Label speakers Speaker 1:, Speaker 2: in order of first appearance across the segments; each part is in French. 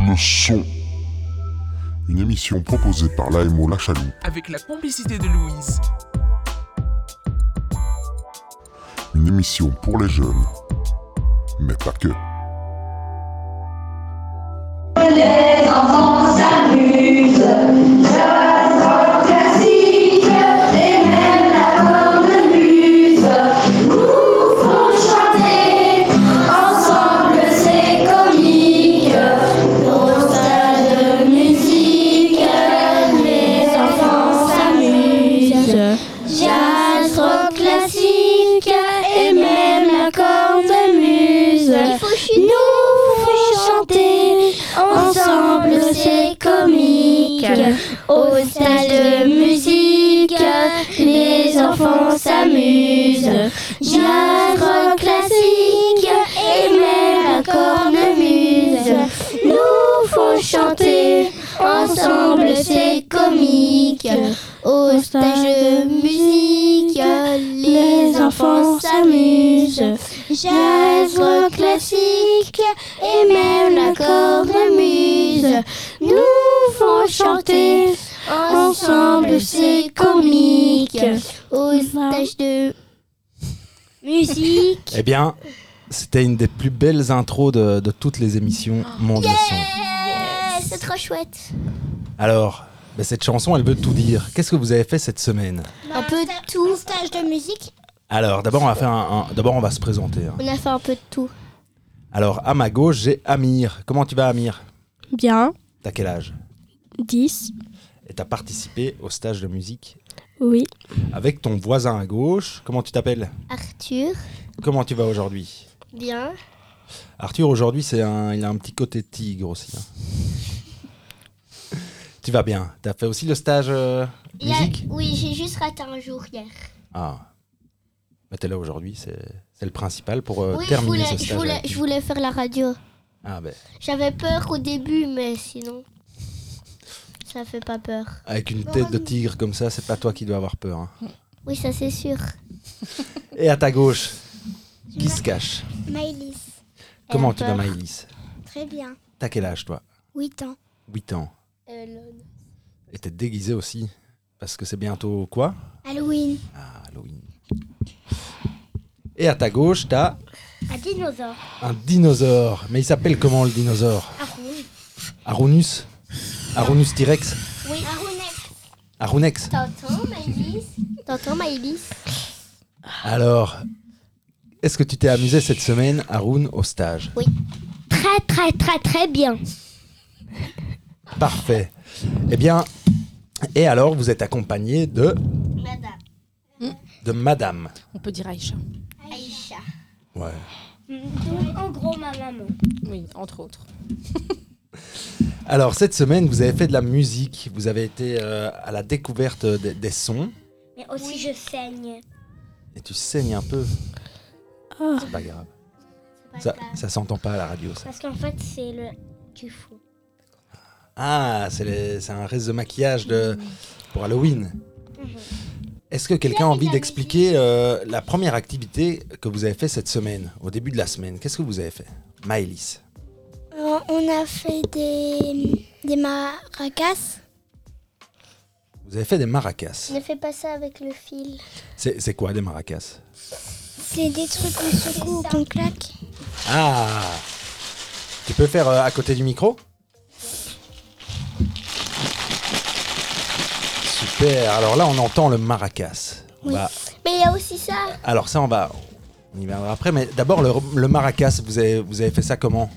Speaker 1: le son. Une émission proposée par l'AMO La Chaloupe,
Speaker 2: avec la complicité de Louise.
Speaker 1: une émission pour les jeunes, mais pas que.
Speaker 3: Les enfants s'amusent, la rock classique et même la bonne muse nous font chanter. Ensemble c'est comique, au stade de musique, les enfants s'amusent. Jazz, rock classique et même la corde muse. Nous font chanter ensemble, c'est comique. Au stade de musique, les enfants s'amusent. Jazz, rock classique et même la cornemuse nous font chanter. Ensemble, c'est comique. Au stage de musique, les enfants s'amusent. Jazz, rock classique et même la cornemuse nous font chanter. Ensemble, c'est comique. Au stage de musique.
Speaker 4: Eh bien, c'était une des plus belles intros de, de toutes les émissions Monde le son.
Speaker 3: Eh, C'est trop chouette.
Speaker 4: Alors, ben, cette chanson, elle veut tout dire. Qu'est-ce que vous avez fait cette semaine
Speaker 3: Bah, Un peu de tout. stage de musique,
Speaker 4: Alors, d'abord, on va faire un, un- d'abord, on va se présenter. hein.
Speaker 3: on a fait un peu de tout.
Speaker 4: Alors, à ma gauche, j'ai Amir. Comment tu vas, Amir
Speaker 5: Bien,
Speaker 4: T'as quel âge
Speaker 5: 10,
Speaker 4: Et t'as participé au stage de musique
Speaker 5: oui,
Speaker 4: avec ton voisin à gauche. Comment tu t'appelles
Speaker 3: Arthur.
Speaker 4: Comment tu vas aujourd'hui
Speaker 3: Bien.
Speaker 4: Arthur, aujourd'hui, c'est un, il a un petit côté tigre aussi. hein. tu vas bien T'as fait aussi le stage euh,
Speaker 3: Il y a-
Speaker 4: musique
Speaker 3: Oui, j'ai juste raté un jour hier.
Speaker 4: Ah. Bah, t'es là aujourd'hui, c'est c'est le principal pour euh,
Speaker 3: oui, je
Speaker 4: terminer
Speaker 3: voulais,
Speaker 4: ce
Speaker 3: je,
Speaker 4: stage.
Speaker 3: voulais,
Speaker 4: avec
Speaker 3: je
Speaker 4: nous.
Speaker 3: voulais faire la radio.
Speaker 4: Ah, bah,
Speaker 3: J'avais peur au début, mais sinon, ça fait pas peur.
Speaker 4: avec une tête de tigre comme ça, c'est pas toi qui dois avoir peur. hein.
Speaker 3: Oui, ça c'est sûr.
Speaker 4: Et à ta gauche, qui se cache
Speaker 3: Maëlys.
Speaker 4: Comment
Speaker 3: Elle a
Speaker 4: tu vas,
Speaker 3: peur.
Speaker 4: Maïlis
Speaker 3: Très bien.
Speaker 4: T'as quel âge, toi
Speaker 3: 8 ans.
Speaker 4: 8 ans. Et t'es déguisé aussi, parce que c'est bientôt quoi
Speaker 3: Halloween.
Speaker 4: Ah, Halloween. Et à ta gauche, t'as
Speaker 3: Un dinosaure.
Speaker 4: un dinosaure. Mais il s'appelle comment le dinosaure Arunus Arunus T-Rex
Speaker 3: Oui.
Speaker 4: Arunex
Speaker 3: T'entends, Maëlys T'entends, Maëlys
Speaker 4: Alors, est-ce que tu t'es amusé cette semaine, Arun, au stage
Speaker 3: Très, très, très, très bien.
Speaker 4: Parfait. Eh bien, et alors, vous êtes accompagné de...
Speaker 3: Madame.
Speaker 4: De madame.
Speaker 6: On peut dire Aïcha.
Speaker 3: Aïcha.
Speaker 4: Ouais.
Speaker 3: Donc, en gros, ma maman.
Speaker 6: Oui, entre autres.
Speaker 4: Alors, cette semaine, vous avez fait de la musique. Vous avez été euh, à la découverte des- des sons.
Speaker 3: Mais aussi, je saigne.
Speaker 4: Et tu saignes un peu. C'est pas grave. Ça, ça s'entend pas à la radio, ça.
Speaker 3: Parce qu'en fait, c'est le du fou.
Speaker 4: Ah, c'est les- c'est un reste de maquillage de, pour Halloween. Est-ce que quelqu'un a envie d'expliquer euh, la première activité que vous avez fait cette semaine, au début de la semaine Qu'est-ce que vous avez fait Maëlys.
Speaker 3: on a fait des, des maracas.
Speaker 4: Vous avez fait des maracas.
Speaker 3: Ne fais pas ça avec le fil.
Speaker 4: C'est c'est quoi des maracas
Speaker 3: C'est des trucs qu'on secoue ou qu'on claque.
Speaker 4: Ah Tu peux faire euh, à côté du micro Super. Alors là, on entend le maracas. Bah, On va-
Speaker 3: Mais il y a aussi ça.
Speaker 4: alors ça, on va. On y viendra après, mais d'abord le, le maracas, vous avez, vous avez fait ça comment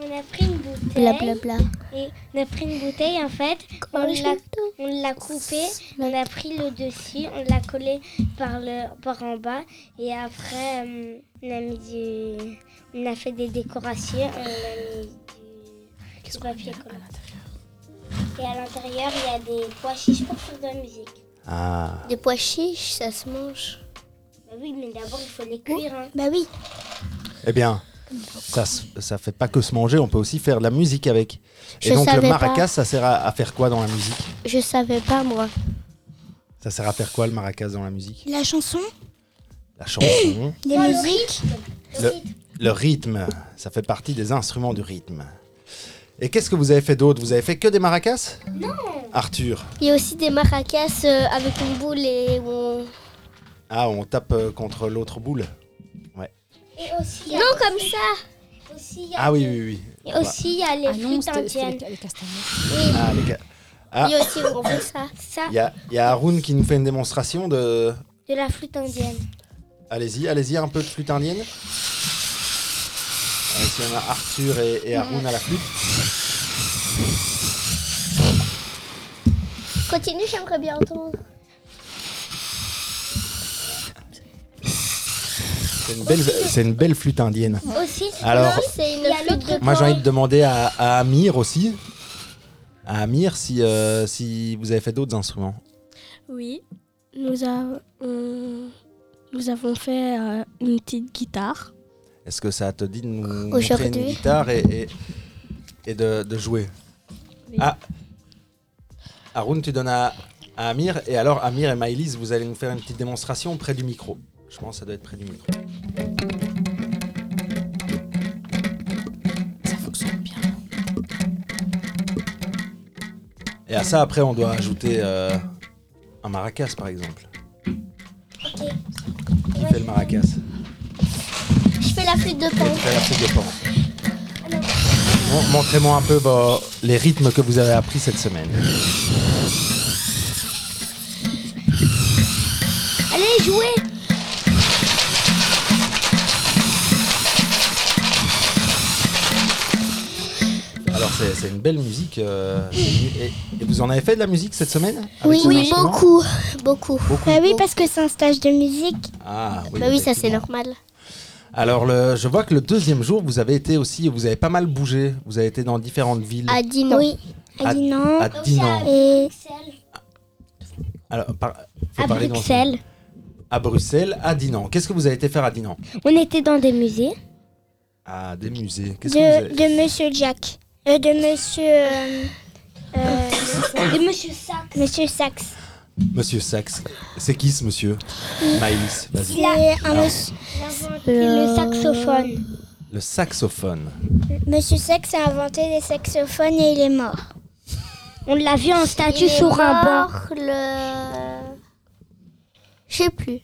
Speaker 7: On a pris une bouteille.
Speaker 3: Blablabla.
Speaker 7: Et on a pris une bouteille en fait. On l'a, on l'a coupée. On a pris le dessus. On l'a collé par le par en bas. Et après, euh, on a mis du, on a fait des décorations. On a mis du, du papier collant. Et à l'intérieur, il y a des pois chiches pour faire de la musique.
Speaker 4: Ah,
Speaker 3: Des pois chiches, ça se mange.
Speaker 7: Bah oui, mais d'abord il faut les cuire. hein.
Speaker 3: Bah oui.
Speaker 4: eh bien, ça se- ça fait pas que se manger, on peut aussi faire de la musique avec. Et
Speaker 3: Je
Speaker 4: donc le
Speaker 3: savais
Speaker 4: maracas,
Speaker 3: pas.
Speaker 4: ça sert à, à faire quoi dans la musique
Speaker 3: Je savais pas moi.
Speaker 4: Ça sert à faire quoi le maracas dans la musique
Speaker 3: La chanson,
Speaker 4: La chanson,
Speaker 3: des musiques.
Speaker 4: le rythme, ça fait partie des instruments du rythme. Et qu'est-ce que vous avez fait d'autre Vous avez fait que des maracas Non Arthur.
Speaker 3: Il y a aussi des maracas euh, avec une boule et où on...
Speaker 4: Ah, on tape euh, contre l'autre boule
Speaker 7: Et aussi, il y a-
Speaker 3: Non, comme ça
Speaker 7: aussi, il y a-
Speaker 4: Ah oui, oui, oui.
Speaker 7: et aussi, il y a les
Speaker 6: Ah non,
Speaker 7: flûtes
Speaker 6: c'était c'était
Speaker 7: indiennes.
Speaker 6: les, les castagnettes.
Speaker 4: Ah, les gars. Ah.
Speaker 3: Il y a aussi où on fait ça.
Speaker 7: Ça,
Speaker 4: Il y a, il y a Haroun qui nous fait une démonstration de...
Speaker 7: de la flûte indienne.
Speaker 4: Allez-y, allez-y, un peu de flûte indienne. Allez, si on a Arthur et, et Haroun à la flûte.
Speaker 3: Continue, j'aimerais bien entendre.
Speaker 4: C'est une belle, c'est une belle flûte indienne.
Speaker 7: Aussi,
Speaker 4: Alors,
Speaker 3: C'est une
Speaker 7: Il y a
Speaker 3: flûte
Speaker 7: l'autre
Speaker 3: de
Speaker 4: moi j'ai envie de demander à, à Amir aussi. À Amir si, euh, si vous avez fait d'autres instruments.
Speaker 5: Oui. Nous, avons nous avons fait euh, une petite guitare.
Speaker 4: Est-ce que ça te dit de nous montrer
Speaker 3: Aujourd'hui.
Speaker 4: une guitare et, et, et de, de jouer
Speaker 5: Oui.
Speaker 4: Ah Haroun, tu donnes à, à Amir. Et alors, Amir et Maëlys, vous allez nous faire une petite démonstration près du micro. Je pense que ça doit être près du micro.
Speaker 6: Ça fonctionne bien.
Speaker 4: Et à ça, après, on doit ajouter euh, un maracas, par exemple. Qui fait le maracas
Speaker 3: Je fais la flûte de pan.
Speaker 4: Fais la prise de pan. Mon- Montrez-moi un peu vos- les rythmes que vous avez appris cette semaine.
Speaker 3: Allez, jouez
Speaker 4: Alors, c'est c'est une belle musique. euh, et, et vous en avez fait de la musique cette semaine avec
Speaker 3: Oui,
Speaker 4: vos instruments
Speaker 3: beaucoup, beaucoup.
Speaker 4: Beaucoup.
Speaker 7: Bah oui, parce que c'est un stage de musique.
Speaker 4: Ah, oui,
Speaker 3: Bah oui, ça c'est
Speaker 4: effectivement.
Speaker 3: normal.
Speaker 4: Alors, le- je vois que le deuxième jour, vous avez été aussi, vous avez pas mal bougé. Vous avez été dans différentes villes.
Speaker 3: À Dinan.
Speaker 7: Oui.
Speaker 4: À-
Speaker 7: À Dinan.
Speaker 4: à Dinan.
Speaker 7: Et
Speaker 4: Alors, par- faut
Speaker 7: à
Speaker 4: parler dans-
Speaker 7: Bruxelles.
Speaker 4: À Bruxelles, à Dinan. Qu'est-ce que vous avez été faire à Dinan
Speaker 7: On était dans des musées.
Speaker 4: À des musées. Qu'est-ce que vous
Speaker 7: De,
Speaker 4: avez-
Speaker 7: de Monsieur Jack. Euh, de Monsieur... euh, euh, de Monsieur Sax. Monsieur Sax.
Speaker 4: Monsieur Sax. C'est qui ce monsieur Maïs, vas-y.
Speaker 7: C'est
Speaker 4: Ah.
Speaker 7: un monsieur... Le saxophone.
Speaker 4: Le saxophone.
Speaker 7: Monsieur Sax a inventé des saxophones et il est mort. On l'a vu en statue sur un banc.
Speaker 3: le... Je sais plus.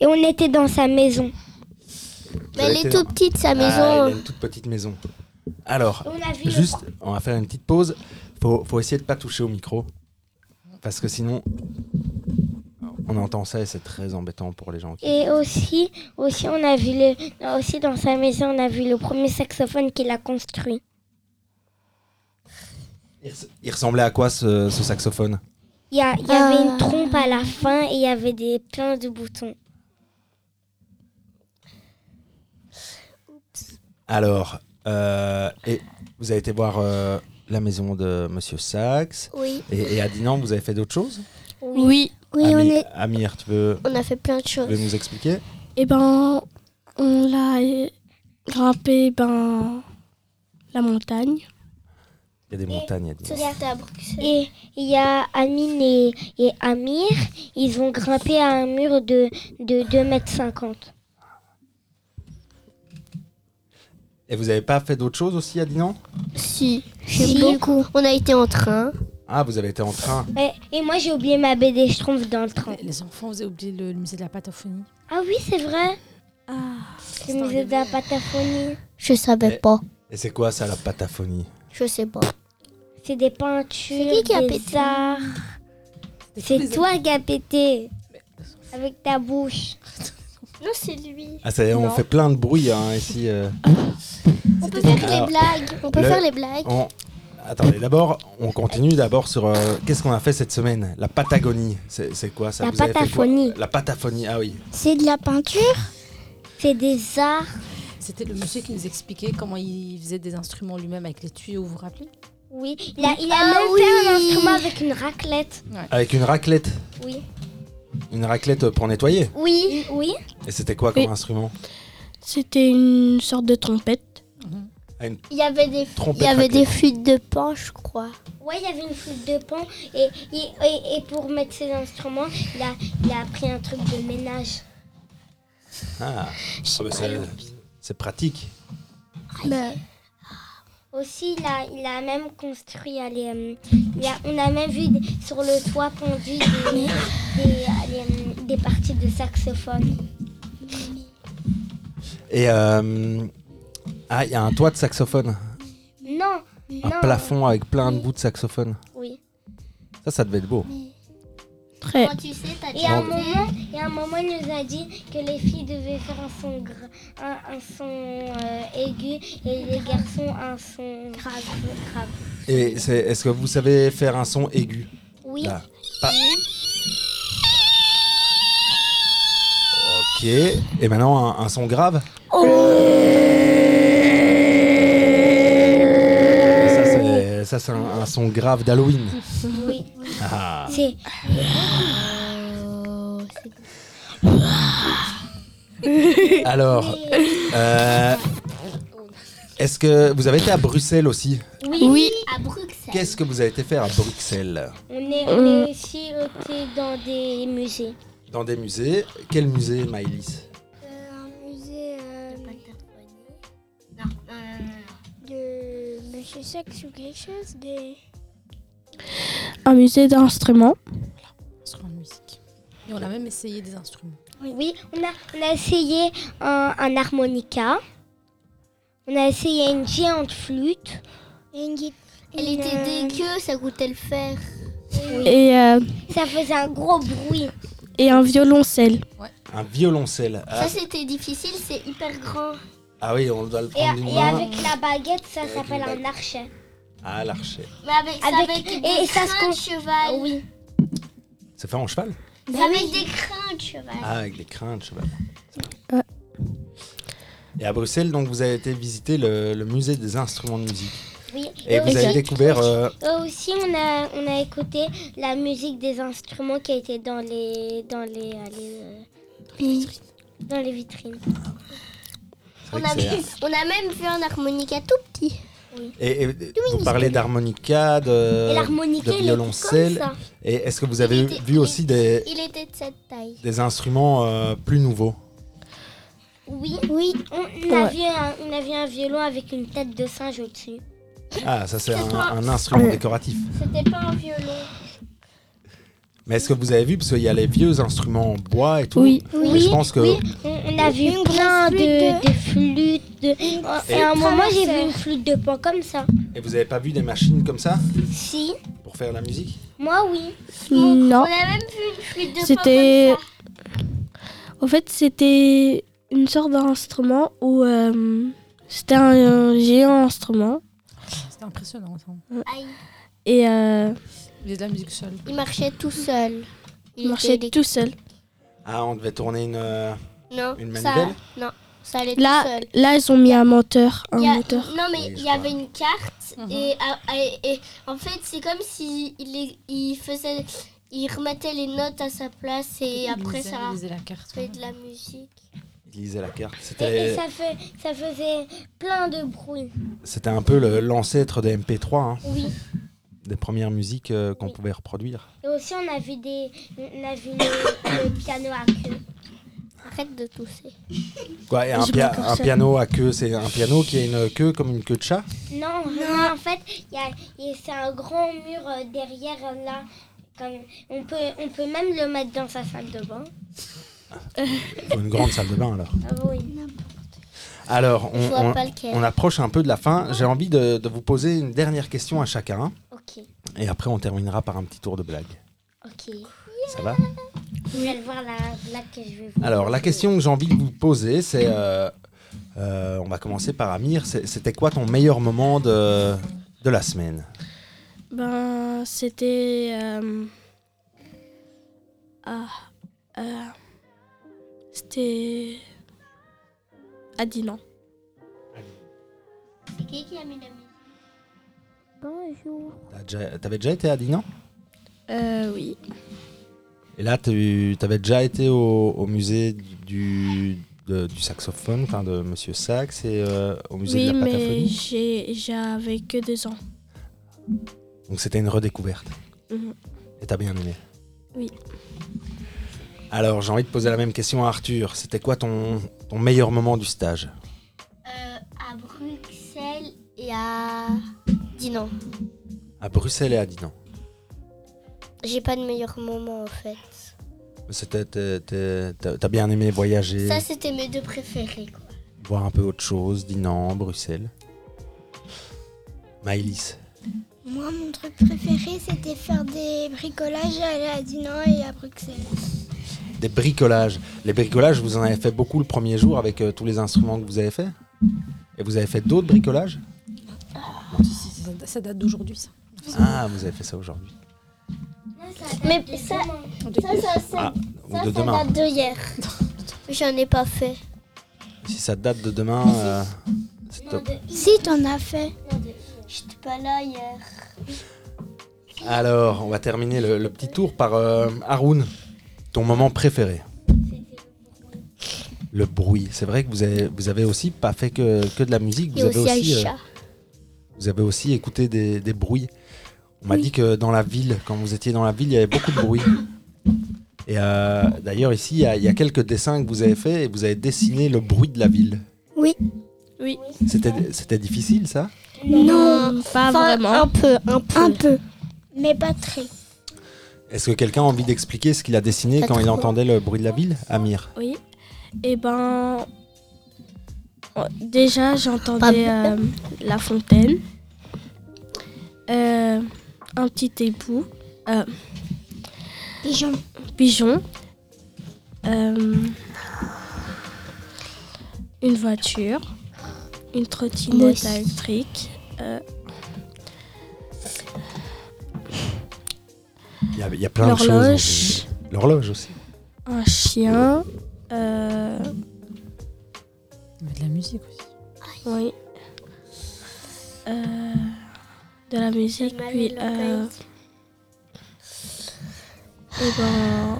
Speaker 7: Et on était dans sa maison.
Speaker 3: Mais elle
Speaker 4: été
Speaker 3: est
Speaker 4: dans-
Speaker 3: toute petite, sa
Speaker 4: Ah, il a
Speaker 3: maison.
Speaker 4: une toute petite maison. Alors,
Speaker 7: On a vu le-
Speaker 4: juste, on va faire une petite pause. Faut, faut essayer de pas toucher au micro. Parce que sinon, on entend ça et c'est très embêtant pour les gens. qui-
Speaker 7: Et aussi, aussi, on a vu le, aussi dans sa maison, on a vu le premier saxophone qu'il a construit.
Speaker 4: Il res- il ressemblait à quoi ce- ce saxophone
Speaker 7: Il y, a- il y avait une trompe à la fin et il y avait des plein de boutons.
Speaker 4: Alors, euh, et vous avez été voir euh, la maison de Monsieur Sachs.
Speaker 3: Oui.
Speaker 4: Et, et à Dinan, vous avez fait d'autres choses
Speaker 5: Oui.
Speaker 7: Oui,
Speaker 4: Ami-
Speaker 7: on est.
Speaker 4: Amir, tu veux,
Speaker 3: On a fait plein de
Speaker 4: tu veux
Speaker 3: choses.
Speaker 4: nous expliquer
Speaker 5: Et ben, on l'a euh, grimpé ben, la montagne.
Speaker 4: Il y a des montagnes à
Speaker 3: Ça,
Speaker 4: Dinan.
Speaker 3: c'était à Bruxelles.
Speaker 7: Et il y a Amine et, et Amir, ils ont grimpé à un mur de, de 2,50 m.
Speaker 4: Et vous n'avez pas fait d'autres choses aussi à Dinan
Speaker 3: Si,
Speaker 7: Si.
Speaker 3: j'aime beaucoup. On a été en train.
Speaker 4: Ah, vous avez été en train.
Speaker 7: Et, et moi, j'ai oublié ma BD, je trouve, dans le train.
Speaker 6: Les, les enfants, vous avez oublié le, le musée de la pataphonie.
Speaker 7: Ah oui, c'est vrai.
Speaker 5: Ah,
Speaker 7: Le musée de la Pataphonie.
Speaker 3: Je savais
Speaker 4: Eh.
Speaker 3: pas.
Speaker 4: Et c'est quoi ça, la pataphonie
Speaker 3: Je sais pas.
Speaker 7: C'est des peintures,
Speaker 3: C'est qui qui a
Speaker 7: des
Speaker 3: pété
Speaker 7: arts. C'est toi qui a pété. Avec ta bouche.
Speaker 3: Non, c'est lui.
Speaker 4: Ah, ça y est, on
Speaker 3: Non.
Speaker 4: fait plein de bruit hein, ici. euh.
Speaker 3: On peut faire
Speaker 4: Alors,
Speaker 3: les blagues. On peut
Speaker 4: le-
Speaker 3: faire les blagues.
Speaker 4: On- Attendez, d'abord, on continue d'abord sur euh, qu'est-ce qu'on a fait cette semaine La Patagonie, c'est c'est quoi ça
Speaker 7: La
Speaker 4: Vous avez fait quoi
Speaker 7: Pataphonie.
Speaker 4: La Pataphonie, ah oui.
Speaker 7: C'est de la peinture C'est des arts.
Speaker 6: C'était le monsieur qui nous expliquait comment il faisait des instruments lui-même avec les tuyaux, vous vous rappelez
Speaker 7: Oui. Il a, il a
Speaker 3: Ah
Speaker 7: même
Speaker 3: oui.
Speaker 7: fait un instrument avec une raclette.
Speaker 4: Avec une raclette.
Speaker 7: Oui.
Speaker 4: Une raclette pour nettoyer.
Speaker 7: Oui. Oui.
Speaker 4: Et c'était quoi comme
Speaker 5: Oui.
Speaker 4: instrument
Speaker 5: c'était une sorte de trompette.
Speaker 4: Ah,
Speaker 3: Il y avait des, il
Speaker 4: Trompette
Speaker 3: y avait
Speaker 4: raclette.
Speaker 3: des flûtes de pan, je crois.
Speaker 7: Ouais, il y avait une flûte de pan. Et, et, et- et pour mettre ses instruments, il a, il a pris un truc de ménage. Bah,
Speaker 4: Ah, Ah bah, c'est- c'est pratique.
Speaker 7: Aussi, il a, il a même construit, allez, euh, il a- on a même vu d- sur le toit pendu des, des, allez, euh, des parties de saxophone.
Speaker 4: Et euh, ah, il y a un toit de saxophone,
Speaker 7: Non,
Speaker 4: un
Speaker 7: non.
Speaker 4: plafond avec plein de bouts de saxophone.
Speaker 7: Oui.
Speaker 4: Ça, ça devait être beau.
Speaker 5: Très.
Speaker 3: tu sais, t'as
Speaker 7: Et à, un moment, et à un moment, il nous a dit que les filles devaient faire un son, gr- un, un son euh, aigu et les garçons un son grave. grave.
Speaker 4: Et c'est- est-ce que vous savez faire un son aigu
Speaker 7: Oui,
Speaker 4: Là. Pas- Ok. Et maintenant un, un son grave. Ça c'est, ça, c'est un, un son grave d'Halloween.
Speaker 7: oui.
Speaker 4: Ah.
Speaker 7: C'est
Speaker 4: Alors, euh, est-ce que vous avez été à Bruxelles aussi
Speaker 7: oui.
Speaker 3: à Bruxelles.
Speaker 4: Qu'est-ce que vous avez été faire à Bruxelles
Speaker 7: On est, on est aussi été dans des musées.
Speaker 4: Dans des musées. Quel musée, Maëlys
Speaker 7: Euh, un musée euh,
Speaker 3: Non, euh, non, non, non.
Speaker 7: de. Mais je sais que c'est quelque chose des.
Speaker 5: Un musée d'instruments.
Speaker 6: Instruments de musique. Et on a même essayé des instruments.
Speaker 7: Oui, on, a, on a essayé un, un harmonica. On a essayé une géante flûte. Et euh, une guitare.
Speaker 3: Elle était dégueu, ça coûtait le fer.
Speaker 5: Et, euh,
Speaker 7: Ça faisait un gros bruit.
Speaker 5: et un violoncelle.
Speaker 4: Un violoncelle. Ah,
Speaker 3: Ça, c'était difficile, c'est hyper grand.
Speaker 4: ah oui, on doit le
Speaker 7: Et,
Speaker 4: prendre d'une
Speaker 7: et
Speaker 4: main.
Speaker 7: avec la baguette, ça s'appelle
Speaker 4: baguette.
Speaker 7: un archet.
Speaker 4: Ah, l'archet.
Speaker 3: Mais avec,
Speaker 7: Avec-
Speaker 3: avec des
Speaker 7: et ça se
Speaker 3: crins de
Speaker 7: con-
Speaker 3: cheval.
Speaker 7: Oui.
Speaker 4: C'est fait en cheval
Speaker 3: Avec des crins de cheval.
Speaker 4: Ah, avec des crins de cheval.
Speaker 5: Ouais.
Speaker 4: Et à Bruxelles, donc, vous avez été visiter le, le musée des instruments de musique.
Speaker 7: oui.
Speaker 4: Et vous avez
Speaker 7: aussi-
Speaker 4: découvert. euh,
Speaker 7: Euh, aussi, on a, on a écouté la musique des instruments qui était dans les, dans les, euh, les, euh, dans les vitrines.
Speaker 4: c'est vrai
Speaker 3: On
Speaker 4: que
Speaker 3: a,
Speaker 4: c'est-
Speaker 3: vu- on a même vu un harmonica tout petit.
Speaker 4: Et, et vous parlez d'harmonica,
Speaker 7: et
Speaker 4: de,
Speaker 7: l'harmonica,
Speaker 4: de
Speaker 7: il était comme
Speaker 4: Euh, violoncelle.
Speaker 7: ça.
Speaker 4: Et est-ce que vous avez
Speaker 3: était-
Speaker 4: vu
Speaker 3: il
Speaker 4: aussi des,
Speaker 3: Il était de cette taille.
Speaker 4: des instruments euh, plus nouveaux
Speaker 7: Oui, oui. On, on a
Speaker 5: Ouais.
Speaker 7: vu un, on a vu un violon avec une tête de singe au-dessus.
Speaker 4: Ah, ça, c'est un, un instrument décoratif.
Speaker 7: C'était pas un violon.
Speaker 4: Mais est-ce que vous avez vu Parce qu'il y a les vieux instruments en bois et tout.
Speaker 5: Oui.
Speaker 4: Et
Speaker 7: Oui,
Speaker 4: je pense que.
Speaker 7: oui. On, on a vu plein
Speaker 3: hein.
Speaker 7: de, de flûtes. de- oh,
Speaker 4: flûte
Speaker 7: Et à un moment, j'ai vu
Speaker 3: traversière.
Speaker 7: une flûte de pan comme ça.
Speaker 4: Et vous avez pas vu des machines comme ça
Speaker 7: Si,
Speaker 4: pour faire la musique
Speaker 7: moi oui.
Speaker 5: Non.
Speaker 3: On a même vu une flûte de
Speaker 5: C'était. En fait, c'était une sorte d'instrument où. euh, c'était un, un géant instrument.
Speaker 6: C'était impressionnant. Ça.
Speaker 3: Aïe.
Speaker 5: Et euh,
Speaker 6: Il faisait de la musique seule.
Speaker 3: Il marchait tout seul.
Speaker 5: il marchait
Speaker 3: était
Speaker 5: tout seul.
Speaker 4: Ah, on devait tourner une. euh,
Speaker 3: dé- Non,
Speaker 4: Une
Speaker 3: ça,
Speaker 4: manivelle
Speaker 3: non, ça allait tout
Speaker 5: Là,
Speaker 3: seul.
Speaker 5: là, ils ont mis un moteur. Un
Speaker 3: Il y a-
Speaker 5: moteur.
Speaker 3: Non, mais
Speaker 4: Oui, je
Speaker 3: il y
Speaker 4: crois.
Speaker 3: avait une carte
Speaker 6: Mhm.
Speaker 3: et, ah, et- et en fait, c'est comme si il, les- il faisait. Il remettait les notes à sa place et
Speaker 6: Il
Speaker 3: après
Speaker 6: lisait-
Speaker 3: ça
Speaker 6: il lisait la carte.
Speaker 3: fait de la musique.
Speaker 4: Il lisait la carte.
Speaker 7: Et, et
Speaker 4: C'était,
Speaker 7: ça, fait, ça faisait plein de bruit.
Speaker 4: c'était un peu le- l'ancêtre des MP3, hein,
Speaker 7: Oui.
Speaker 4: des premières musiques euh, qu'on
Speaker 7: Oui.
Speaker 4: pouvait reproduire.
Speaker 7: Et aussi, on a vu, des, on a vu le, le piano à queue.
Speaker 3: Arrête de tousser.
Speaker 4: Quoi, et un,
Speaker 5: J'ai
Speaker 4: pia-
Speaker 5: pas encore
Speaker 4: un
Speaker 5: ça.
Speaker 4: piano à queue, c'est un piano qui a une queue comme une queue de chat
Speaker 7: Non, non, en fait, il y a- et c'est un grand mur euh, derrière euh, là. Comme, on, peut, on peut même le mettre dans sa salle de bain.
Speaker 4: Faut Une grande salle de bain alors.
Speaker 7: Ah oui.
Speaker 4: Alors,
Speaker 3: Je
Speaker 4: on,
Speaker 3: vois
Speaker 4: on-
Speaker 3: pas lequel.
Speaker 4: on approche un peu de la fin. J'ai envie de, de vous poser une dernière question à chacun.
Speaker 7: Ok.
Speaker 4: Et après, on terminera par un petit tour de blague.
Speaker 7: Ok.
Speaker 4: Ça va
Speaker 7: Vous allez voir la blague que je vais vous
Speaker 4: Alors, la question que j'ai envie de vous poser, c'est. euh, euh, on va commencer par Amir. C'est- C'était quoi ton meilleur moment de, de la semaine
Speaker 5: Ben, c'était. euh, ah, euh, c'était. À Dinan.
Speaker 3: C'est qui qui a mis la musique
Speaker 7: Bonjour.
Speaker 4: T'as déjà- T'avais déjà été à Dinan
Speaker 5: Euh, oui.
Speaker 4: Et là, tu avais déjà été au, au musée du, de- du saxophone, enfin de Monsieur Sax, et euh, au musée
Speaker 5: Oui,
Speaker 4: de la
Speaker 5: mais
Speaker 4: pataphonie.
Speaker 5: j'ai- j'avais que deux ans.
Speaker 4: Donc c'était une redécouverte.
Speaker 5: Mhm.
Speaker 4: Et t'as bien aimé
Speaker 5: Oui.
Speaker 4: Alors, j'ai envie de poser la même question à Arthur. C'était quoi ton, ton meilleur moment du stage
Speaker 3: Euh, À Bruxelles et à Dinan.
Speaker 4: À Bruxelles et à Dinan.
Speaker 3: J'ai pas de meilleur moment en fait.
Speaker 4: C'était- t'es- t'es- T'as t'as bien aimé voyager,
Speaker 3: Ça, c'était mes deux préférés. Quoi.
Speaker 4: voir un peu autre chose, Dinan, Bruxelles. Maëlys,
Speaker 8: Moi, mon truc préféré, c'était faire des bricolages à Dinan et à Bruxelles.
Speaker 4: des bricolages. Les bricolages, vous en avez fait beaucoup le premier jour avec euh, tous les instruments que vous avez fait Et vous avez fait d'autres bricolages
Speaker 6: Ça date d'aujourd'hui, ça.
Speaker 4: Ah, vous avez fait ça aujourd'hui.
Speaker 3: Mais ça, ça, ça, ça,
Speaker 4: Ah, ou
Speaker 3: ça,
Speaker 4: de
Speaker 3: ça
Speaker 4: demain.
Speaker 3: date de hier. J'en ai pas fait.
Speaker 4: Si ça date de demain, euh, c'est top.
Speaker 8: Si, t'en as fait.
Speaker 3: J'étais pas là hier.
Speaker 4: Alors, on va terminer le, le petit tour par euh, Haroun. Ton moment préféré Le bruit. C'est vrai que vous avez, vous avez aussi pas fait que, que de la musique. Vous
Speaker 3: Et
Speaker 4: avez
Speaker 3: aussi
Speaker 4: aussi, euh,
Speaker 3: Aïcha.
Speaker 4: vous avez aussi écouté des, des bruits. On m'a dit que dans la ville, quand vous étiez dans la ville, il y avait beaucoup de bruit. Et euh, d'ailleurs, ici, il y, a- il y a quelques dessins que vous avez faits et vous avez dessiné le bruit de la ville.
Speaker 8: Oui.
Speaker 5: Oui.
Speaker 4: C'était c'était difficile, ça
Speaker 5: Non, pas
Speaker 9: Ah,
Speaker 3: Enfin,
Speaker 5: vraiment.
Speaker 3: un peu, un peu.
Speaker 8: Un peu. Mais pas très.
Speaker 4: Est-ce que quelqu'un a envie d'expliquer ce qu'il a dessiné
Speaker 3: Pas
Speaker 4: quand il
Speaker 3: trop.
Speaker 4: entendait le bruit de la ville Amir
Speaker 5: Oui. Et ben. euh, Déjà,
Speaker 3: Pas
Speaker 5: j'entendais
Speaker 3: bien.
Speaker 5: euh, la fontaine. Euh, un petit époux. euh,
Speaker 8: Pigeon.
Speaker 5: pigeon. euh, une voiture. Une
Speaker 3: Moi
Speaker 5: trottinette
Speaker 3: aussi.
Speaker 5: électrique. euh,
Speaker 4: Il y a, il y a plein de choses. hein,
Speaker 5: L'horloge.
Speaker 4: L'horloge aussi.
Speaker 5: Un chien. euh,
Speaker 6: Mais de la musique aussi.
Speaker 5: oui. Euh, de la musique. Puis. euh, Eh ben,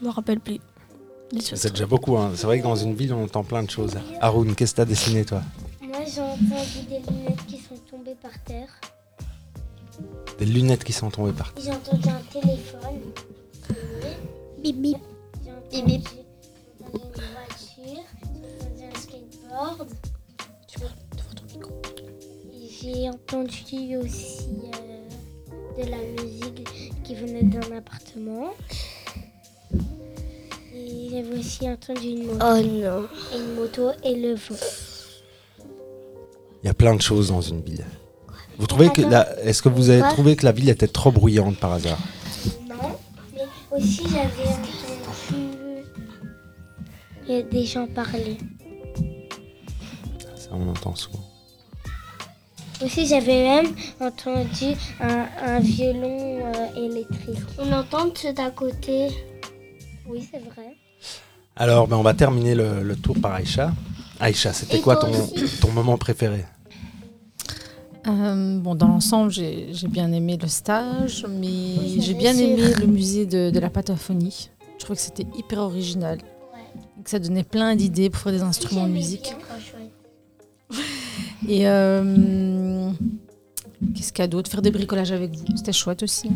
Speaker 5: je me rappelle plus. Des choses.
Speaker 4: C'est déjà beaucoup. hein. C'est vrai que dans une ville, on entend plein de choses. Haroun, qu'est-ce que t'as dessiné, toi
Speaker 7: Moi, j'ai entendu des lunettes qui sont tombées par terre.
Speaker 4: Des lunettes qui sont tombées par terre.
Speaker 7: J'ai entendu un téléphone.
Speaker 8: Bip bip.
Speaker 7: J'ai entendu j'ai entendu une voiture. J'ai entendu un skateboard. Et J'ai entendu aussi euh, de la musique qui venait d'un appartement. Et j'avais aussi entendu une moto,
Speaker 3: Oh non.
Speaker 7: et une moto et le vent.
Speaker 4: Il y a plein de choses dans une ville. Vous trouvez que la... Est-ce que vous avez
Speaker 7: Quoi
Speaker 4: trouvé que la ville était trop bruyante par hasard
Speaker 7: Non, mais aussi j'avais entendu il y a des gens parler.
Speaker 4: Ça, on entend souvent.
Speaker 7: Aussi j'avais même entendu un, un violon euh, électrique.
Speaker 3: On entend de ceux d'à côté.
Speaker 7: Oui, c'est vrai.
Speaker 4: Alors, ben, on va terminer le, le tour par Aïcha. Aïcha, c'était
Speaker 3: Et
Speaker 4: quoi
Speaker 3: toi
Speaker 4: ton, ton moment préféré
Speaker 6: Euh, bon, dans l'ensemble, j'ai j'ai bien aimé le stage, mais j'ai bien
Speaker 7: bien sûr.
Speaker 6: aimé le musée de, de la pataphonie. Je trouvais que c'était hyper original. Et Que ça donnait plein d'idées pour faire des instruments de musique. Et euh, qu'est-ce qu'il y a d'autre Faire des bricolages avec vous, c'était chouette aussi.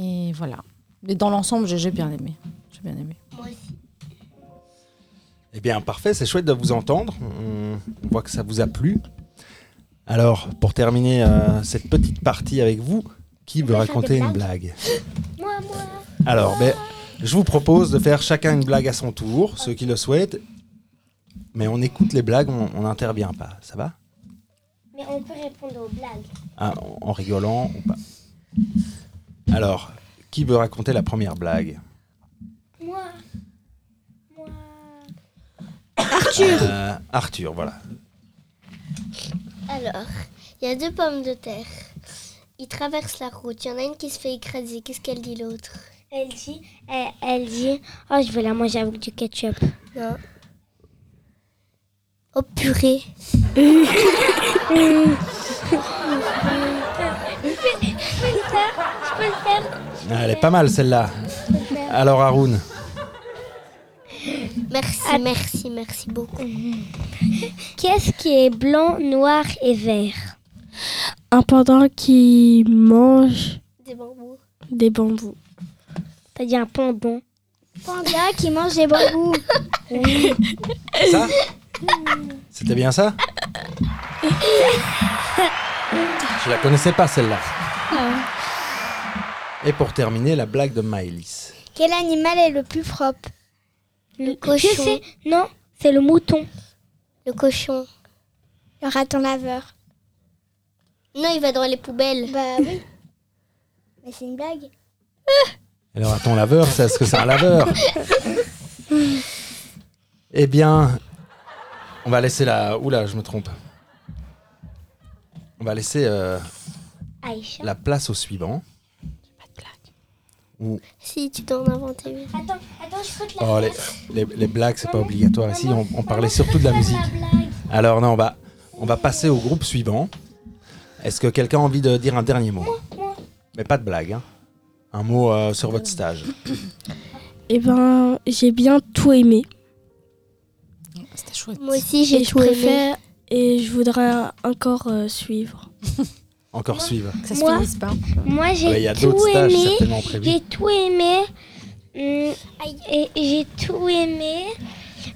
Speaker 6: Et voilà. Mais dans l'ensemble, j'ai j'ai bien aimé. J'ai bien aimé.
Speaker 4: Eh bien, parfait, c'est chouette de vous entendre. On on voit que ça vous a plu. Alors, pour terminer euh, cette petite partie avec vous, qui veut
Speaker 7: peut faire
Speaker 4: raconter
Speaker 7: des
Speaker 4: une blague
Speaker 7: Moi, moi.
Speaker 4: Alors, ben, je vous propose de faire chacun une blague à son tour, ceux qui le souhaitent. Mais on écoute les blagues, on- on n'intervient pas, ça va
Speaker 7: Mais on peut répondre aux blagues.
Speaker 4: Ah, en- En rigolant ou pas Alors, qui veut raconter la première blague
Speaker 7: Moi. Moi.
Speaker 4: Arthur Euh, Arthur, voilà.
Speaker 3: Alors, il y a deux pommes de terre. Ils traversent la route. Il y en a une qui se fait écraser. Qu'est-ce qu'elle dit l'autre
Speaker 7: Elle dit, elle, elle dit, oh je vais la manger avec du ketchup.
Speaker 3: Non. Oh purée.
Speaker 4: Ah, Elle est pas mal celle-là. Alors, Haroun,
Speaker 3: Merci, merci, merci beaucoup.
Speaker 7: Qu'est-ce qui est blanc, noir et vert
Speaker 5: Un pendant qui mange
Speaker 3: Des bambous.
Speaker 5: des bambous.
Speaker 7: T'as dit un pendant.
Speaker 8: Panda qui mange des bambous.
Speaker 4: ça C'était bien ça Je la connaissais pas celle-là. Et pour terminer, la blague de Maëlys.
Speaker 8: Quel animal est le plus propre
Speaker 3: Le cochon.
Speaker 8: sais. Non, c'est le mouton.
Speaker 3: Le cochon.
Speaker 8: Le raton laveur.
Speaker 3: Non, il va dans les poubelles.
Speaker 8: Bah oui. Mais c'est une blague.
Speaker 4: Alors, à ton laveur, c'est ce que c'est un laveur Eh bien, on va laisser la. Oula, je me trompe. On va laisser euh,
Speaker 3: Aïcha.
Speaker 4: la place au suivant. Ou-
Speaker 3: Si, tu dois en inventer une.
Speaker 7: Attends, attends, je crois que
Speaker 4: Oh, les, les- les blagues, c'est pas obligatoire ici. On, on parlait surtout de la musique. Alors, non, on va, on va passer au groupe suivant. Est-ce que quelqu'un a envie de dire un dernier mot Mais pas de blague. hein. Un mot euh, sur votre stage.
Speaker 5: Eh ben, j'ai bien tout aimé.
Speaker 6: C'était chouette.
Speaker 3: Moi aussi,
Speaker 5: Et
Speaker 3: j'ai
Speaker 5: je
Speaker 3: tout aimé.
Speaker 5: préfère et je voudrais encore euh, suivre.
Speaker 4: Encore suivre.
Speaker 6: Que ça se
Speaker 7: Moi-
Speaker 6: finisse pas.
Speaker 7: Moi,
Speaker 4: Ah, Il y
Speaker 7: j'ai
Speaker 4: a
Speaker 7: tout
Speaker 4: d'autres stages
Speaker 7: aimé.
Speaker 4: certainement prévus.
Speaker 7: J'ai tout aimé. Hum, et- et j'ai tout aimé.